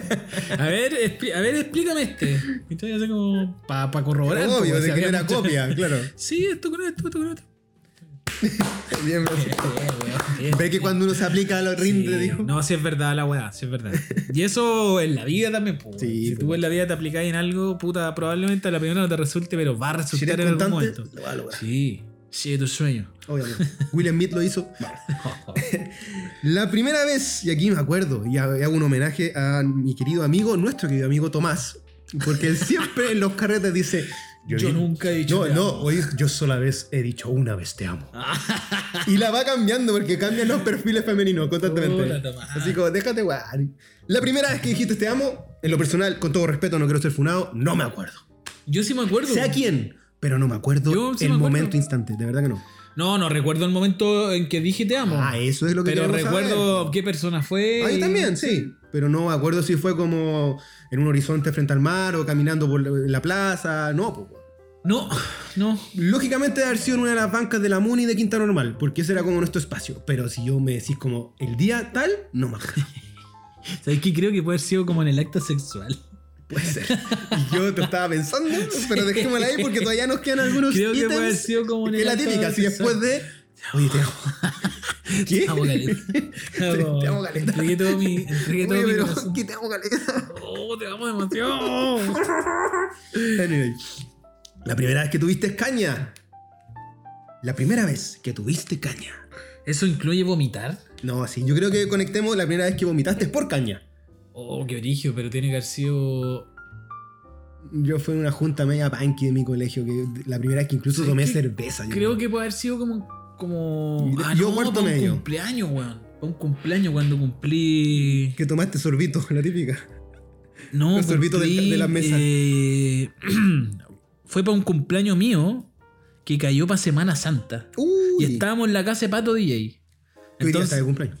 Speaker 5: A ver, expli- a ver explícame este. Entonces, así como, para corroborar.
Speaker 4: Obvio,
Speaker 5: como
Speaker 4: de
Speaker 5: si
Speaker 4: que no
Speaker 5: había
Speaker 4: era
Speaker 5: mucha-
Speaker 4: copia, claro.
Speaker 5: Sí, esto con esto, esto con esto.
Speaker 4: Bien, Francisco.
Speaker 5: Bien,
Speaker 4: este. Ve que cuando uno se aplica a los rinde,
Speaker 5: este. Sí,
Speaker 4: dijo.
Speaker 5: No, si es verdad la weá, si es verdad. Y eso en la vida también, pues.
Speaker 4: Sí,
Speaker 5: si tú
Speaker 4: pues.
Speaker 5: en la vida te aplicás en algo, puta, probablemente a la primera no te resulte, pero va a
Speaker 4: Si
Speaker 5: resultar
Speaker 4: eres
Speaker 5: en algún
Speaker 4: constante,
Speaker 5: momento.
Speaker 4: lo va a lograr.
Speaker 5: Sí, sí, tu sueño.
Speaker 4: Obviamente. William Mead lo hizo. La primera vez, y aquí me acuerdo, y ha- y hago un homenaje a mi querido amigo, nuestro querido amigo Tomás, porque él siempre en los carretes dice...
Speaker 5: Yo nunca he dicho
Speaker 4: No,
Speaker 5: te
Speaker 4: no,
Speaker 5: amo".
Speaker 4: oye, yo sola vez he dicho una vez te amo. y la va cambiando porque cambian los perfiles femeninos
Speaker 5: Hola,
Speaker 4: constantemente.
Speaker 5: Tomás.
Speaker 4: Así como, déjate guay. La primera vez que dijiste te amo, en lo personal, con todo respeto, no quiero ser funado, no me acuerdo.
Speaker 5: Yo sí me acuerdo.
Speaker 4: Sé a quién, pero no me acuerdo
Speaker 5: Yo sí
Speaker 4: el
Speaker 5: me acuerdo.
Speaker 4: momento instante, de verdad que no.
Speaker 5: No, no recuerdo el momento en que dije te amo.
Speaker 4: Ah, eso es lo que
Speaker 5: pero
Speaker 4: queremos
Speaker 5: recuerdo qué persona fue.
Speaker 4: saber. A mí
Speaker 5: y-
Speaker 4: también, sí. Pero no me acuerdo si fue como en un horizonte frente al mar o caminando por la- la plaza. No, po.
Speaker 5: No, no.
Speaker 4: Lógicamente, debe haber sido en una de las bancas de la Muni de Quinta Normal, porque ese era como nuestro espacio. Pero si yo me decís como el día tal, no me acuerdo.
Speaker 5: ¿Sabes qué? Creo que puede haber sido como en el acto sexual.
Speaker 4: Puede ser. Y yo te estaba pensando, pero dejémosla ahí porque todavía nos quedan algunos
Speaker 5: Creo que
Speaker 4: ítems
Speaker 5: puede haber sido como en
Speaker 4: que es
Speaker 5: el
Speaker 4: la
Speaker 5: acto
Speaker 4: típica, si
Speaker 5: sexual.
Speaker 4: después de. Oye, te amo. ¿Qué?
Speaker 5: Te amo, Caleta.
Speaker 4: Te amo, Caleta.
Speaker 5: Entregué todo mi. Entregué todo
Speaker 4: Oye,
Speaker 5: mi
Speaker 4: pero
Speaker 5: corazón.
Speaker 4: ¿qué te amo, Caleta?
Speaker 5: Oh, te amo demasiado.
Speaker 4: Anyway. La primera vez que tuviste caña. La primera vez que tuviste caña.
Speaker 5: ¿Eso incluye vomitar?
Speaker 4: No, sí, yo creo que conectemos la primera vez que vomitaste es por caña.
Speaker 5: Oh, qué origio, pero tiene que haber sido.
Speaker 4: Yo fui en una junta media punky de mi colegio, que la primera vez que incluso
Speaker 5: Sí,
Speaker 4: tomé
Speaker 5: que-
Speaker 4: cerveza. yo
Speaker 5: Creo
Speaker 4: creo.
Speaker 5: que puede haber sido como. como...
Speaker 4: Yo-
Speaker 5: Ah,
Speaker 4: yo
Speaker 5: no,
Speaker 4: muerto
Speaker 5: pa' un
Speaker 4: medio.
Speaker 5: cumpleaños, weón. Pa' Un cumpleaños cuando cumplí.
Speaker 4: Que tomaste sorbito, la típica.
Speaker 5: No,
Speaker 4: Un sorbito del-
Speaker 5: cumplí,
Speaker 4: de la mesa.
Speaker 5: eh, fue para un cumpleaños mío que cayó para Semana Santa.
Speaker 4: Uy,
Speaker 5: Y estábamos en la casa de Pato DJ.
Speaker 4: Yo hoy día estaba de cumpleaños.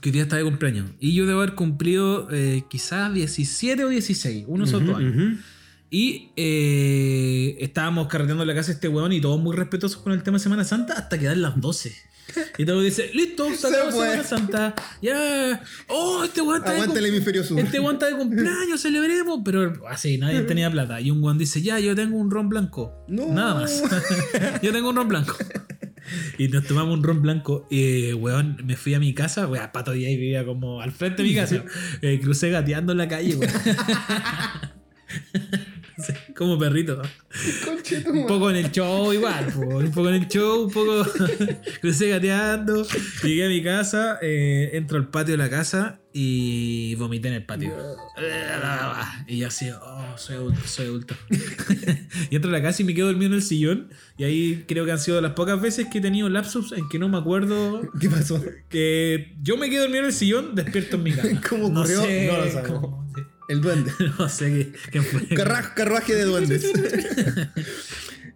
Speaker 5: que hoy día está de cumpleaños. Y yo debo haber cumplido eh, quizás 17 o 16, unos o
Speaker 4: Ujú,
Speaker 5: dos años.
Speaker 4: ujú.
Speaker 5: Y eh, estábamos carreteando en la casa de este weón y todos muy respetuosos con el tema de Semana Santa hasta quedar las 12. Y todo dice, listo, se
Speaker 4: Se
Speaker 5: acabó
Speaker 4: fue.
Speaker 5: Semana Santa. Ya. Oh, este weón está de
Speaker 4: Aguanta el
Speaker 5: cum-
Speaker 4: hemisferio sur.
Speaker 5: Este weón está de cumpleaños, celebremos. Pero así, nadie tenía plata. Y un weón dice, ya, yo tengo un ron blanco.
Speaker 4: No.
Speaker 5: Nada más. yo tengo un ron blanco. Y nos tomamos un ron blanco. Eh, weón, me fui a mi casa. Weón, Pato y vivía como al frente de mi casa. Eh, crucé gateando en la calle, weón. Sí, Como perrito. Un poco en el show igual, po, un poco en el show, un poco crucé gateando. Llegué a mi casa, eh, entro al patio de la casa y vomité en el patio. Y yo así, oh, soy adulto, soy adulto. y entro a la casa y me quedo dormido en el sillón. Y ahí creo que han sido las pocas veces que he tenido lapsus en que no me acuerdo
Speaker 4: ¿Qué pasó?
Speaker 5: que yo me quedo dormido en el sillón, despierto en mi cama.
Speaker 4: ¿Cómo
Speaker 5: no
Speaker 4: ocurrió?
Speaker 5: Sé,
Speaker 4: No lo sabemos.
Speaker 5: cómo-
Speaker 4: El duende.
Speaker 5: no sé qué, qué fue.
Speaker 4: Carra- carruaje de duendes.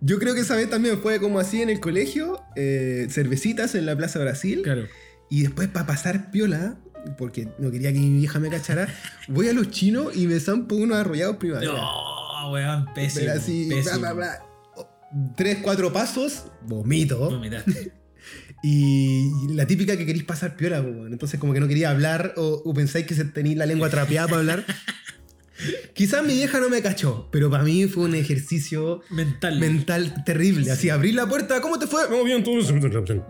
Speaker 4: Yo creo que esa vez también fue como así en el colegio, eh, cervecitas en la Plaza Brasil.
Speaker 5: Claro.
Speaker 4: Y después, para pasar piola, porque no quería que mi vieja me cachara, voy a los chinos y me zampo unos arrollados primavera.
Speaker 5: No, weón, pésimo.
Speaker 4: Pero así,
Speaker 5: pésimo.
Speaker 4: bla, bla, bla. Tres, cuatro pasos, vomito.
Speaker 5: Vomitaste.
Speaker 4: Y la típica que queréis pasar piola, po, weón. entonces como que no quería hablar o, o pensáis que se tenía la lengua trapeada para hablar. Quizás mi vieja no me cachó, pero para mí fue un ejercicio
Speaker 5: Mental.
Speaker 4: mental terrible. Así, abrir la puerta, ¿cómo te fue? Vamos bien, todo bien.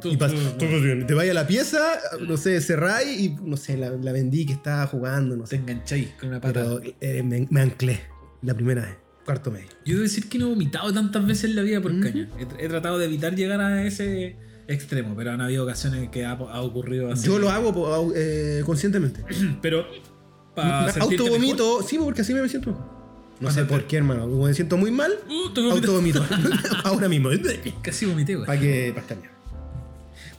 Speaker 4: Y pas- todo bien. Te vaya a la pieza, no sé, cerráis y no sé, la, la vendí que estaba jugando, no
Speaker 5: Te
Speaker 4: sé.
Speaker 5: engancháis con una pata.
Speaker 4: Pero eh, me, me anclé la primera vez. cuarto medio.
Speaker 5: Yo debo decir que no he vomitado tantas veces en la vida
Speaker 4: Mm.
Speaker 5: por caña. He, he tratado de evitar llegar a ese extremo, pero han habido ocasiones en que ha, ha ocurrido así.
Speaker 4: Yo lo hago po- eh, conscientemente.
Speaker 5: Pero para
Speaker 4: Me- Autovomito, Ah, sí, porque así me siento. No sé por qué, hermano. Como me siento muy mal,
Speaker 5: Uh,
Speaker 4: autovomito. Ahora mismo.
Speaker 5: Casi vomité, güey.
Speaker 4: Para que pestaña.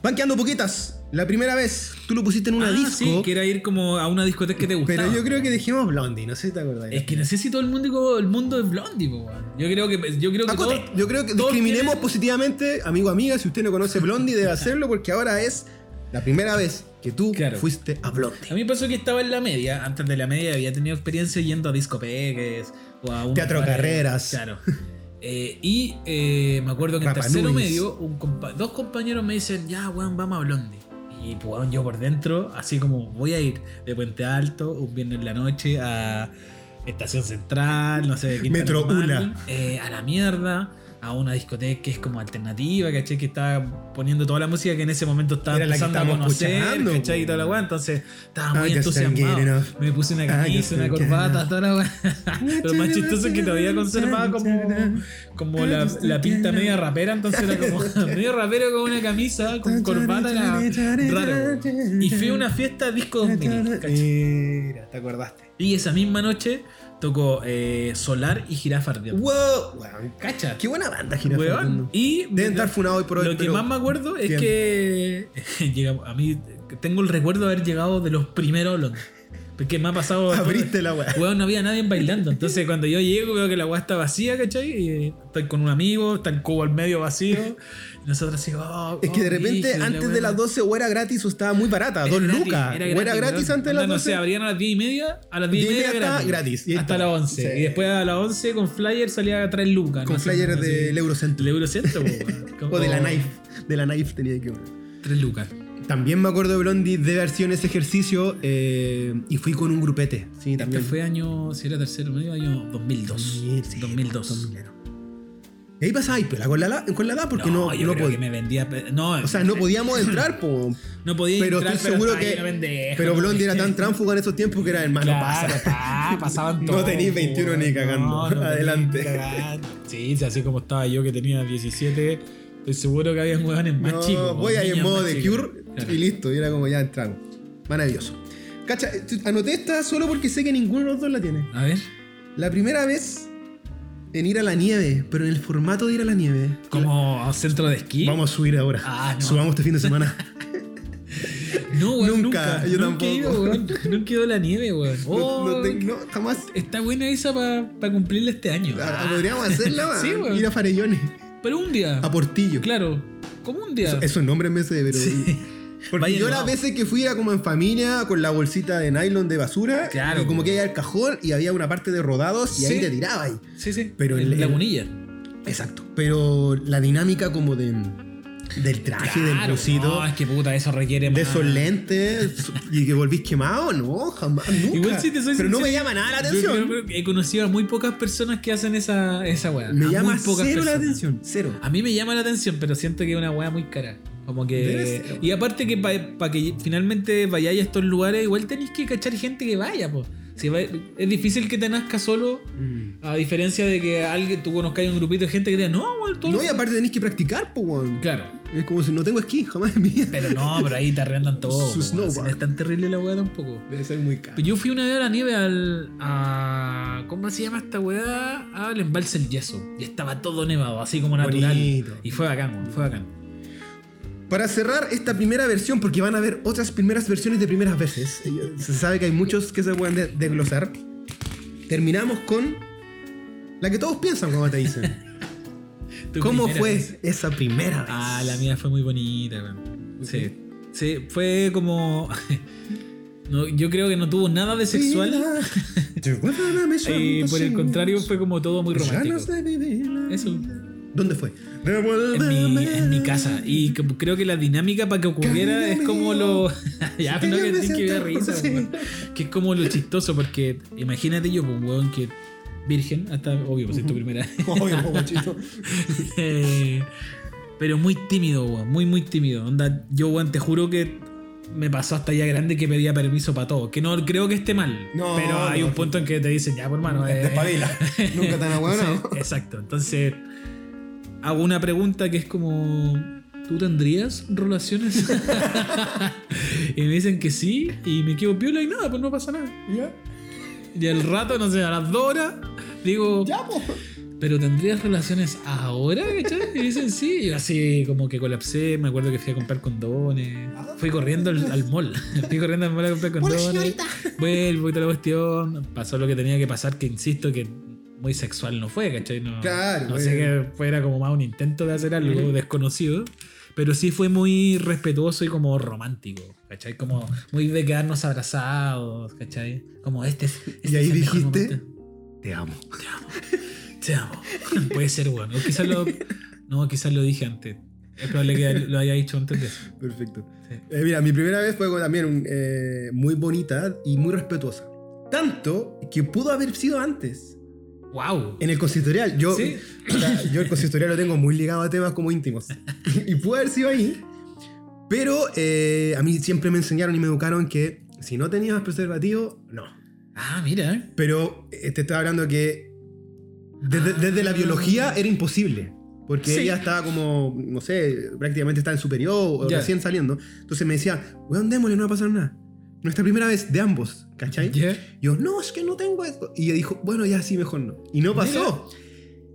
Speaker 4: Van quedando poquitas. La primera vez tú lo pusiste en una
Speaker 5: Ah,
Speaker 4: disco.
Speaker 5: sí, que era ir como a una discoteca que te gustaba.
Speaker 4: Pero yo creo que dejemos Blondie, no sé si te acordás.
Speaker 5: Es que no sé si todo el mundo, el mundo es blondie, po, weón. Yo creo que. Yo creo que,
Speaker 4: Paco,
Speaker 5: todos-
Speaker 4: yo creo que
Speaker 5: todos
Speaker 4: discriminemos
Speaker 5: tienen-
Speaker 4: positivamente, amigo amiga, si usted no conoce Blondie debe hacerlo porque ahora es la primera vez que tú
Speaker 5: Claro.
Speaker 4: fuiste a Blondie.
Speaker 5: A mí me pasó que estaba en la media, antes de la media había tenido experiencia yendo a discopeques o a un.
Speaker 4: Teatro Carreras.
Speaker 5: Claro. Eh, y eh, me acuerdo que en
Speaker 4: Rapa
Speaker 5: tercero
Speaker 4: Nui.
Speaker 5: medio, un compa- dos compañeros me dicen, ya, weón, vamos a Blondie. Y pues, weón, yo por dentro, así como voy a ir de Puente Alto, un viernes en la noche, a Estación Central, no sé, de Quinta
Speaker 4: Metro
Speaker 5: Normal,
Speaker 4: Una.
Speaker 5: eh, a la mierda, a una discoteca que es como alternativa, ¿cachai? Que estaba poniendo toda la música que en ese momento estaba
Speaker 4: Era la que
Speaker 5: empezando a
Speaker 4: estábamos
Speaker 5: conocer,
Speaker 4: escuchando,
Speaker 5: ¿cachai? Y toda la weá. Entonces, estaba
Speaker 4: Ah,
Speaker 5: muy
Speaker 4: que están getting
Speaker 5: entusiasmado.
Speaker 4: off.
Speaker 5: Me puse una
Speaker 4: Ah, que
Speaker 5: camisa, una
Speaker 4: están getting
Speaker 5: corbata,
Speaker 4: off.
Speaker 5: toda la weá. Pero más chistoso es que todavía conservaba como,
Speaker 4: Ah,
Speaker 5: como la, la pinta media rapera. Entonces era como medio rapero con una camisa, con corbata, era raro. weón. Y fui a una fiesta disco 2000, ¿cachai?
Speaker 4: Mira, te acordaste.
Speaker 5: Y esa misma noche tocó eh, Solar y Jirafa Ardiente.
Speaker 4: Wow, weón.
Speaker 5: pues. Cacha.
Speaker 4: Qué buena banda, Jirafa.
Speaker 5: Weón. Y
Speaker 4: Deben estar funados hoy por hoy.
Speaker 5: lo que
Speaker 4: pero-
Speaker 5: más me acuerdo es
Speaker 4: Bien.
Speaker 5: que llegamos, a mí tengo el recuerdo de haber llegado de los primeros Londres. Porque me ha pasado.
Speaker 4: Abriste la weá.
Speaker 5: Weón, no había nadie bailando. Entonces, cuando yo llego, veo que la weá está vacía, ¿cachai? Y estoy con un amigo, está el cubo al medio vacío. Y nosotros así, oh,
Speaker 4: Es que de
Speaker 5: oh,
Speaker 4: repente,
Speaker 5: brígido, la
Speaker 4: antes
Speaker 5: weá.
Speaker 4: de las 12 o era gratis o estaba muy barata,
Speaker 5: Era
Speaker 4: dos
Speaker 5: gratis,
Speaker 4: lucas. O era gratis
Speaker 5: weón.
Speaker 4: antes de
Speaker 5: Onda,
Speaker 4: las
Speaker 5: No sé,
Speaker 4: 12.
Speaker 5: abrían a las 10 y media. A las 10 y
Speaker 4: Diez y
Speaker 5: media
Speaker 4: media
Speaker 5: gratis.
Speaker 4: estaba gratis, y ahí
Speaker 5: hasta las
Speaker 4: estaba.
Speaker 5: 11.
Speaker 4: Sí.
Speaker 5: Y después a las 11 con flyer salía a 3 lucas.
Speaker 4: Con
Speaker 5: no sé,
Speaker 4: flyers
Speaker 5: así.
Speaker 4: del Eurocentro.
Speaker 5: Del Eurocentro, po, weón. Como-
Speaker 4: O de la Knife. De la Knife tenía que
Speaker 5: Tres lucas. Este
Speaker 4: También me acuerdo de Blondie de haber sido en ese ejercicio eh, y fui con un grupete. Sí,
Speaker 5: Este
Speaker 4: también.
Speaker 5: fue año, si era tercero medio, año 2002.
Speaker 4: Sí,
Speaker 5: 2002.
Speaker 4: Y ahí pasaba ahí, pero con la, la- con la edad, porque no,
Speaker 5: yo
Speaker 4: no
Speaker 5: creo
Speaker 4: podía.
Speaker 5: que me vendía. pe- No,
Speaker 4: O sea, no podíamos entrar, po.
Speaker 5: no podía
Speaker 4: Pero
Speaker 5: entrar,
Speaker 4: estoy seguro
Speaker 5: estaba ahí
Speaker 4: que.
Speaker 5: la pendeja,
Speaker 4: Pero
Speaker 5: ¿no?
Speaker 4: Blondie era tan tránfuga en esos tiempos que era hermano
Speaker 5: Claro,
Speaker 4: pasa.
Speaker 5: pa, pasaban
Speaker 4: No
Speaker 5: todo.
Speaker 4: tenís 21 ni
Speaker 5: weón.
Speaker 4: cagando.
Speaker 5: tenís
Speaker 4: Adelante.
Speaker 5: ni cagando. Sí, sí, así como estaba yo que tenía 17, estoy seguro que había hueones más
Speaker 4: No,
Speaker 5: chicos.
Speaker 4: voy ahí
Speaker 5: niños
Speaker 4: en modo
Speaker 5: más
Speaker 4: de
Speaker 5: chicos.
Speaker 4: cure
Speaker 5: Claro.
Speaker 4: y listo. Y era como ya entramos. Maravilloso. Cacha, eh, anoté esta solo porque sé que ninguno de los dos la tiene.
Speaker 5: A ver,
Speaker 4: La primera vez en ir a la nieve, pero en el formato de ir a la nieve.
Speaker 5: como a un centro de esquí.
Speaker 4: Vamos a subir ahora.
Speaker 5: Ah, no.
Speaker 4: Subamos este fin de semana.
Speaker 5: No, weón,
Speaker 4: Nunca,
Speaker 5: nunca,
Speaker 4: yo
Speaker 5: nunca he ido,
Speaker 4: tampoco.
Speaker 5: weón. Nunca he ido a la nieve, weón.
Speaker 4: No-
Speaker 5: Oh,
Speaker 4: no te- no, jamás.
Speaker 5: Está buena esa para cumplirla este año.
Speaker 4: Ah, Podríamos hacerla, va.
Speaker 5: Sí, weón.
Speaker 4: ir a Farellones,
Speaker 5: Pero un día.
Speaker 4: a Portillo.
Speaker 5: Claro, como un día.
Speaker 4: Esos nombres me sé, pero. Porque
Speaker 5: Vayan
Speaker 4: yo las
Speaker 5: nomás.
Speaker 4: veces que fui era como en familia, con la bolsita de nylon de basura,
Speaker 5: Claro,
Speaker 4: y como
Speaker 5: weón.
Speaker 4: que había el cajón y había una parte de rodados y ahí
Speaker 5: Sí.
Speaker 4: te tiraba ahí.
Speaker 5: Sí, sí.
Speaker 4: Pero
Speaker 5: en
Speaker 4: el-
Speaker 5: Lagunilla.
Speaker 4: Exacto. Pero la dinámica como de, del traje, del crucito,
Speaker 5: No, es que puta, eso requiere
Speaker 4: de
Speaker 5: más.
Speaker 4: esos lentes y que volvís quemado, no, jamás, nunca.
Speaker 5: Igual si te soy
Speaker 4: pero no
Speaker 5: sincero,
Speaker 4: me llama nada la
Speaker 5: yo
Speaker 4: atención.
Speaker 5: creo que he conocido a muy pocas personas que hacen esa, esa weá.
Speaker 4: me
Speaker 5: A
Speaker 4: llama
Speaker 5: muy
Speaker 4: cero
Speaker 5: pocas
Speaker 4: la
Speaker 5: personas.
Speaker 4: atención, cero.
Speaker 5: A mí me llama la atención, pero siento que es una weá muy cara. Como
Speaker 4: Debe
Speaker 5: que.
Speaker 4: ser.
Speaker 5: Y aparte que para que finalmente vayáis a estos lugares, igual tenéis que cachar gente que vaya, po. Si va- es difícil que te nazca solo,
Speaker 4: Mm.
Speaker 5: a diferencia de que alguien tú conozcas un grupito de gente que te diga, no, weón, todo.
Speaker 4: No, y aparte tenés que practicar, po, weón.
Speaker 5: Claro.
Speaker 4: Es como si no tengo esquí, jamás en mi vida.
Speaker 5: Pero no, pero ahí te arrendan todo.
Speaker 4: Su
Speaker 5: po, weón. Si no
Speaker 4: snowboard.
Speaker 5: es tan terrible la weá tampoco.
Speaker 4: Debe ser muy caro.
Speaker 5: Pues Yo fui una vez a la nieve al. A, ¿Cómo se llama esta weá? Al embalse del yeso. Y estaba todo nevado, así como natural.
Speaker 4: Bonito.
Speaker 5: Y fue bacán, weón, fue bacán.
Speaker 4: Para cerrar esta primera versión, porque van a haber otras primeras versiones de primeras veces, se sabe que hay muchos que se pueden de- desglosar, terminamos con la que todos piensan cuando te dicen.
Speaker 5: Tu
Speaker 4: ¿Cómo
Speaker 5: primera
Speaker 4: fue
Speaker 5: vez.
Speaker 4: esa primera vez?
Speaker 5: Ah, la mía fue muy bonita, weón. Sí. Sí, fue como. no, yo creo que no tuvo nada de sexual. Y por el contrario, fue como todo muy
Speaker 4: Ganas
Speaker 5: romántico.
Speaker 4: de vivirla.
Speaker 5: Eso.
Speaker 4: ¿Dónde fue?
Speaker 5: En mi, en mi casa. Y como- creo que la dinámica para que ocurriera es como lo. ya,
Speaker 4: Si
Speaker 5: no que
Speaker 4: quieres
Speaker 5: sí que da
Speaker 4: presentar-
Speaker 5: risa,
Speaker 4: sí.
Speaker 5: weón. Que es como lo chistoso, porque imagínate yo, pues, weón, que. Virgen, hasta obvio, pues es tu primera.
Speaker 4: Obvio, po, guachito.
Speaker 5: Eh, Pero muy tímido, weón. Muy, muy tímido. Onda, yo, weón, te juro que me pasó hasta ya grande que pedía permiso para todo. Que no creo que esté mal.
Speaker 4: No,
Speaker 5: pero hay
Speaker 4: no,
Speaker 5: un punto en que te dicen, ya, por hermano. eh,
Speaker 4: Despabila. Nunca tan aguanado.
Speaker 5: Sí, exacto. Entonces, hago una pregunta que es como. ¿Tú tendrías relaciones? y me dicen que sí, y me quedo piola y nada, pues no pasa nada. Y al rato, no sé, a las dos horas, digo,
Speaker 4: Ya, po.
Speaker 5: ¿pero tendrías relaciones ahora? cachai? Y dicen sí, y yo así como que colapsé. Me acuerdo que fui a comprar condones. Fui corriendo al, al mall. Fui corriendo al mall a comprar
Speaker 1: Hola,
Speaker 5: condones.
Speaker 1: señorita.
Speaker 5: Vuelvo y toda la cuestión. Pasó lo que tenía que pasar, que insisto que muy sexual no fue, ¿cachai? No,
Speaker 4: Claro,
Speaker 5: no
Speaker 4: eh.
Speaker 5: sé que fuera como más un intento de hacer algo desconocido. Pero sí fue muy respetuoso y como romántico, ¿cachai? Como muy de quedarnos abrazados, ¿cachai? Como este es... este
Speaker 4: Y ahí
Speaker 5: es el mejor
Speaker 4: dijiste,
Speaker 5: momento.
Speaker 4: te amo.
Speaker 5: Te amo. Puede ser, bueno. O quizás lo... No, quizás lo dije antes. Es probable que lo haya dicho antes de eso.
Speaker 4: Perfecto.
Speaker 5: Sí.
Speaker 4: Eh, mira, mi primera vez fue también un, eh, muy bonita y muy respetuosa. Tanto que pudo haber sido antes.
Speaker 5: ¡Wow!
Speaker 4: En el consistorial. Yo,
Speaker 5: Sí.
Speaker 4: o sea, yo el consistorial lo tengo muy ligado a temas como íntimos. Y pudo haber sido ahí. Pero eh, a mí siempre me enseñaron y me educaron que si no tenías preservativo, no.
Speaker 5: Ah, mira.
Speaker 4: Pero eh, te estaba hablando que desde, desde la biología era imposible. Porque
Speaker 5: Ah. Sí.
Speaker 4: ella estaba como, no sé, prácticamente estaba en superior o
Speaker 5: Ya.
Speaker 4: recién saliendo. Entonces me decía, weón, démosle, no va a pasar nada. Nuestra primera vez de ambos, ¿cachai?
Speaker 5: Ya.
Speaker 4: Yo, no, es que no tengo esto. Y ella dijo, bueno, ya sí, mejor no. Y no pasó.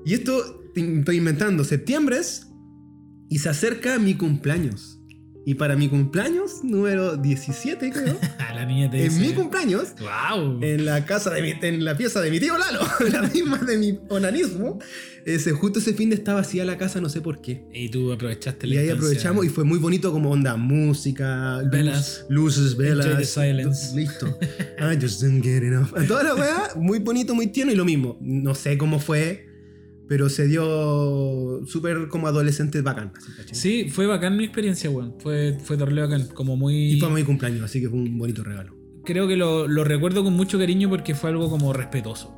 Speaker 4: Y esto te- estoy inventando. Septiembre es y se acerca mi cumpleaños. Y para mi cumpleaños, número 17, creo.
Speaker 5: A Ah, la niña te
Speaker 4: en mi Eh,
Speaker 5: dice...
Speaker 4: cumpleaños,
Speaker 5: ¡Wow!
Speaker 4: en la casa de mi, en la pieza de mi tío Lalo, la misma de mi onanismo, ese, justo ese fin de estaba vacía la casa, no sé por qué.
Speaker 5: Y tú aprovechaste la
Speaker 4: Y ahí
Speaker 5: instancia.
Speaker 4: aprovechamos y fue muy bonito como onda, música, luz-
Speaker 5: Velas.
Speaker 4: luces, velas.
Speaker 5: Enjoy the silence.
Speaker 4: Listo. I just don't get enough. Toda la weá, muy bonito, muy tierno y lo mismo. No sé cómo fue, pero se dio súper como adolescente bacán. así, ¿cachai?
Speaker 5: Sí, fue bacán mi experiencia, weón. Fue, fue torneo bacán. Como muy.
Speaker 4: Y fue mi cumpleaños, así que fue un bonito regalo.
Speaker 5: Creo que lo, lo recuerdo con mucho cariño porque fue algo como respetuoso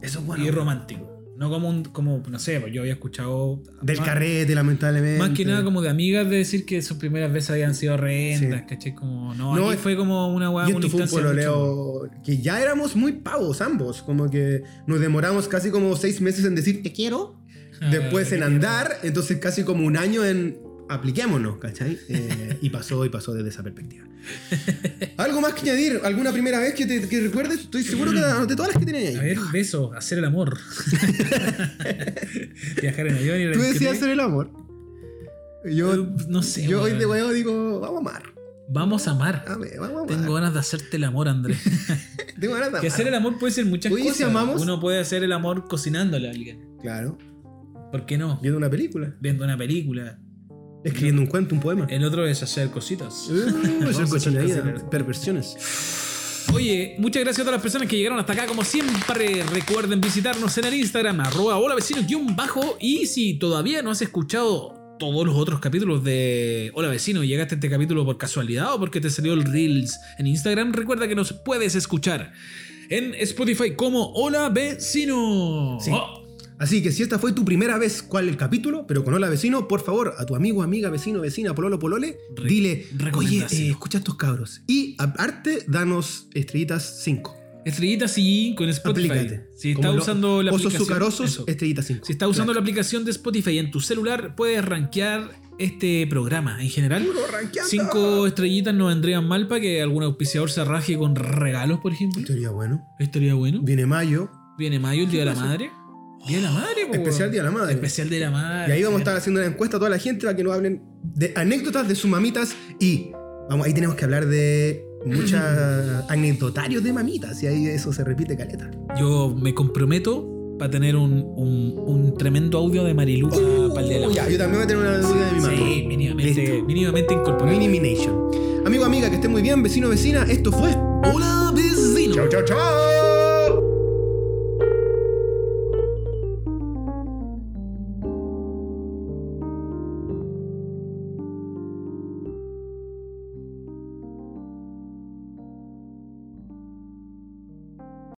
Speaker 4: Eso es bueno.
Speaker 5: y romántico. No como un. Como, no sé, pues yo había escuchado.
Speaker 4: Del
Speaker 5: más,
Speaker 4: carrete, lamentablemente.
Speaker 5: Más que nada como de amigas de decir que sus primeras veces habían sido rentas, ¿cachai? Como. No,
Speaker 4: No,
Speaker 5: aquí
Speaker 4: es-
Speaker 5: fue como una weá,
Speaker 4: Y
Speaker 5: una
Speaker 4: esto fue un
Speaker 5: instancia mucho-
Speaker 4: pololeo que ya éramos muy pavos ambos, como que nos demoramos casi como seis meses en decir te quiero,
Speaker 5: Ah,
Speaker 4: después en andar, entonces casi como un año en apliquémonos, ¿cachai? Eh, y pasó y pasó desde esa perspectiva. ¿Algo más que añadir? ¿Alguna primera vez que, te, que recuerdes? Estoy seguro que anoté todas las que tenías
Speaker 5: A
Speaker 4: ahí.
Speaker 5: ver, beso, hacer el amor. Viajar en avión y
Speaker 4: Tú decías hacer el amor. Yo,
Speaker 5: No sé.
Speaker 4: yo hoy de
Speaker 5: weón.
Speaker 4: huevo digo, vamos a amar.
Speaker 5: Vamos a amar.
Speaker 4: A ver, vamos a amar.
Speaker 5: Tengo ganas de hacerte el amor, Andrés.
Speaker 4: Tengo ganas de
Speaker 5: Que
Speaker 4: amar.
Speaker 5: hacer el amor puede ser muchas
Speaker 4: Oye, ¿y si
Speaker 5: cosas.
Speaker 4: amamos?
Speaker 5: Uno puede hacer el amor cocinándole a alguien.
Speaker 4: Claro,
Speaker 5: ¿Por qué no?
Speaker 4: viendo una película,
Speaker 5: Viendo una película.
Speaker 4: escribiendo un cuento, un poema.
Speaker 5: El otro es hacer cositas.
Speaker 4: Uh,
Speaker 5: Vamos a
Speaker 4: son
Speaker 5: hacer
Speaker 4: cochinadas,
Speaker 5: cositas.
Speaker 4: perversiones.
Speaker 5: Oye, muchas gracias a todas las personas que llegaron hasta acá. Como siempre, recuerden visitarnos en el Instagram, arroba hola vecino guión bajo. Y si todavía no has escuchado todos los otros capítulos de Hola vecino y llegaste a este capítulo por casualidad o porque te salió el Reels en Instagram, recuerda que nos puedes escuchar en Spotify como Hola vecino.
Speaker 4: Sí.
Speaker 5: Oh,
Speaker 4: Así que si esta fue tu primera vez, ¿cuál el capítulo? Pero con hola vecino, por favor, a tu amigo, amiga, vecino, vecina, pololo, polole,
Speaker 5: Re-
Speaker 4: dile, oye,
Speaker 5: recomendación.
Speaker 4: eh, escucha a estos cabros. Y aparte, danos estrellitas 5.
Speaker 5: Estrellitas y con Spotify.
Speaker 4: Aplícate.
Speaker 5: Si
Speaker 4: Como
Speaker 5: está
Speaker 4: los
Speaker 5: usando la
Speaker 4: Osos
Speaker 5: aplicación.
Speaker 4: sucarosos,
Speaker 5: eso.
Speaker 4: estrellitas 5.
Speaker 5: Si está usando la aplicación de Spotify en tu celular, puedes rankear este programa en general. Cinco estrellitas no vendrían mal para que algún auspiciador se raje con regalos, por ejemplo.
Speaker 4: Sería bueno.
Speaker 5: Estaría bueno.
Speaker 4: Viene mayo,
Speaker 5: Viene mayo, el Día de la Madre. Día de la Madre, po,
Speaker 4: especial
Speaker 5: weón.
Speaker 4: Día de la Madre.
Speaker 5: Especial de la Madre.
Speaker 4: Y ahí vamos a estar haciendo una encuesta a toda la gente para que nos hablen de anécdotas de sus mamitas y vamos, ahí tenemos que hablar de muchos anecdotarios de mamitas y ahí eso se repite caleta.
Speaker 5: Yo me comprometo para tener un, un- un tremendo audio de Marilu para el Ah, Día de la
Speaker 4: Uh,
Speaker 5: Madre.
Speaker 4: ya, yo también voy a tener una duda de mi mamá.
Speaker 5: Sí, mínimamente,
Speaker 4: Listo.
Speaker 5: mínimamente incorporado.
Speaker 4: Minimination. Amigo, amiga, que estén muy bien, vecino, vecina, esto fue.
Speaker 5: Hola, vecino.
Speaker 4: chao, chao!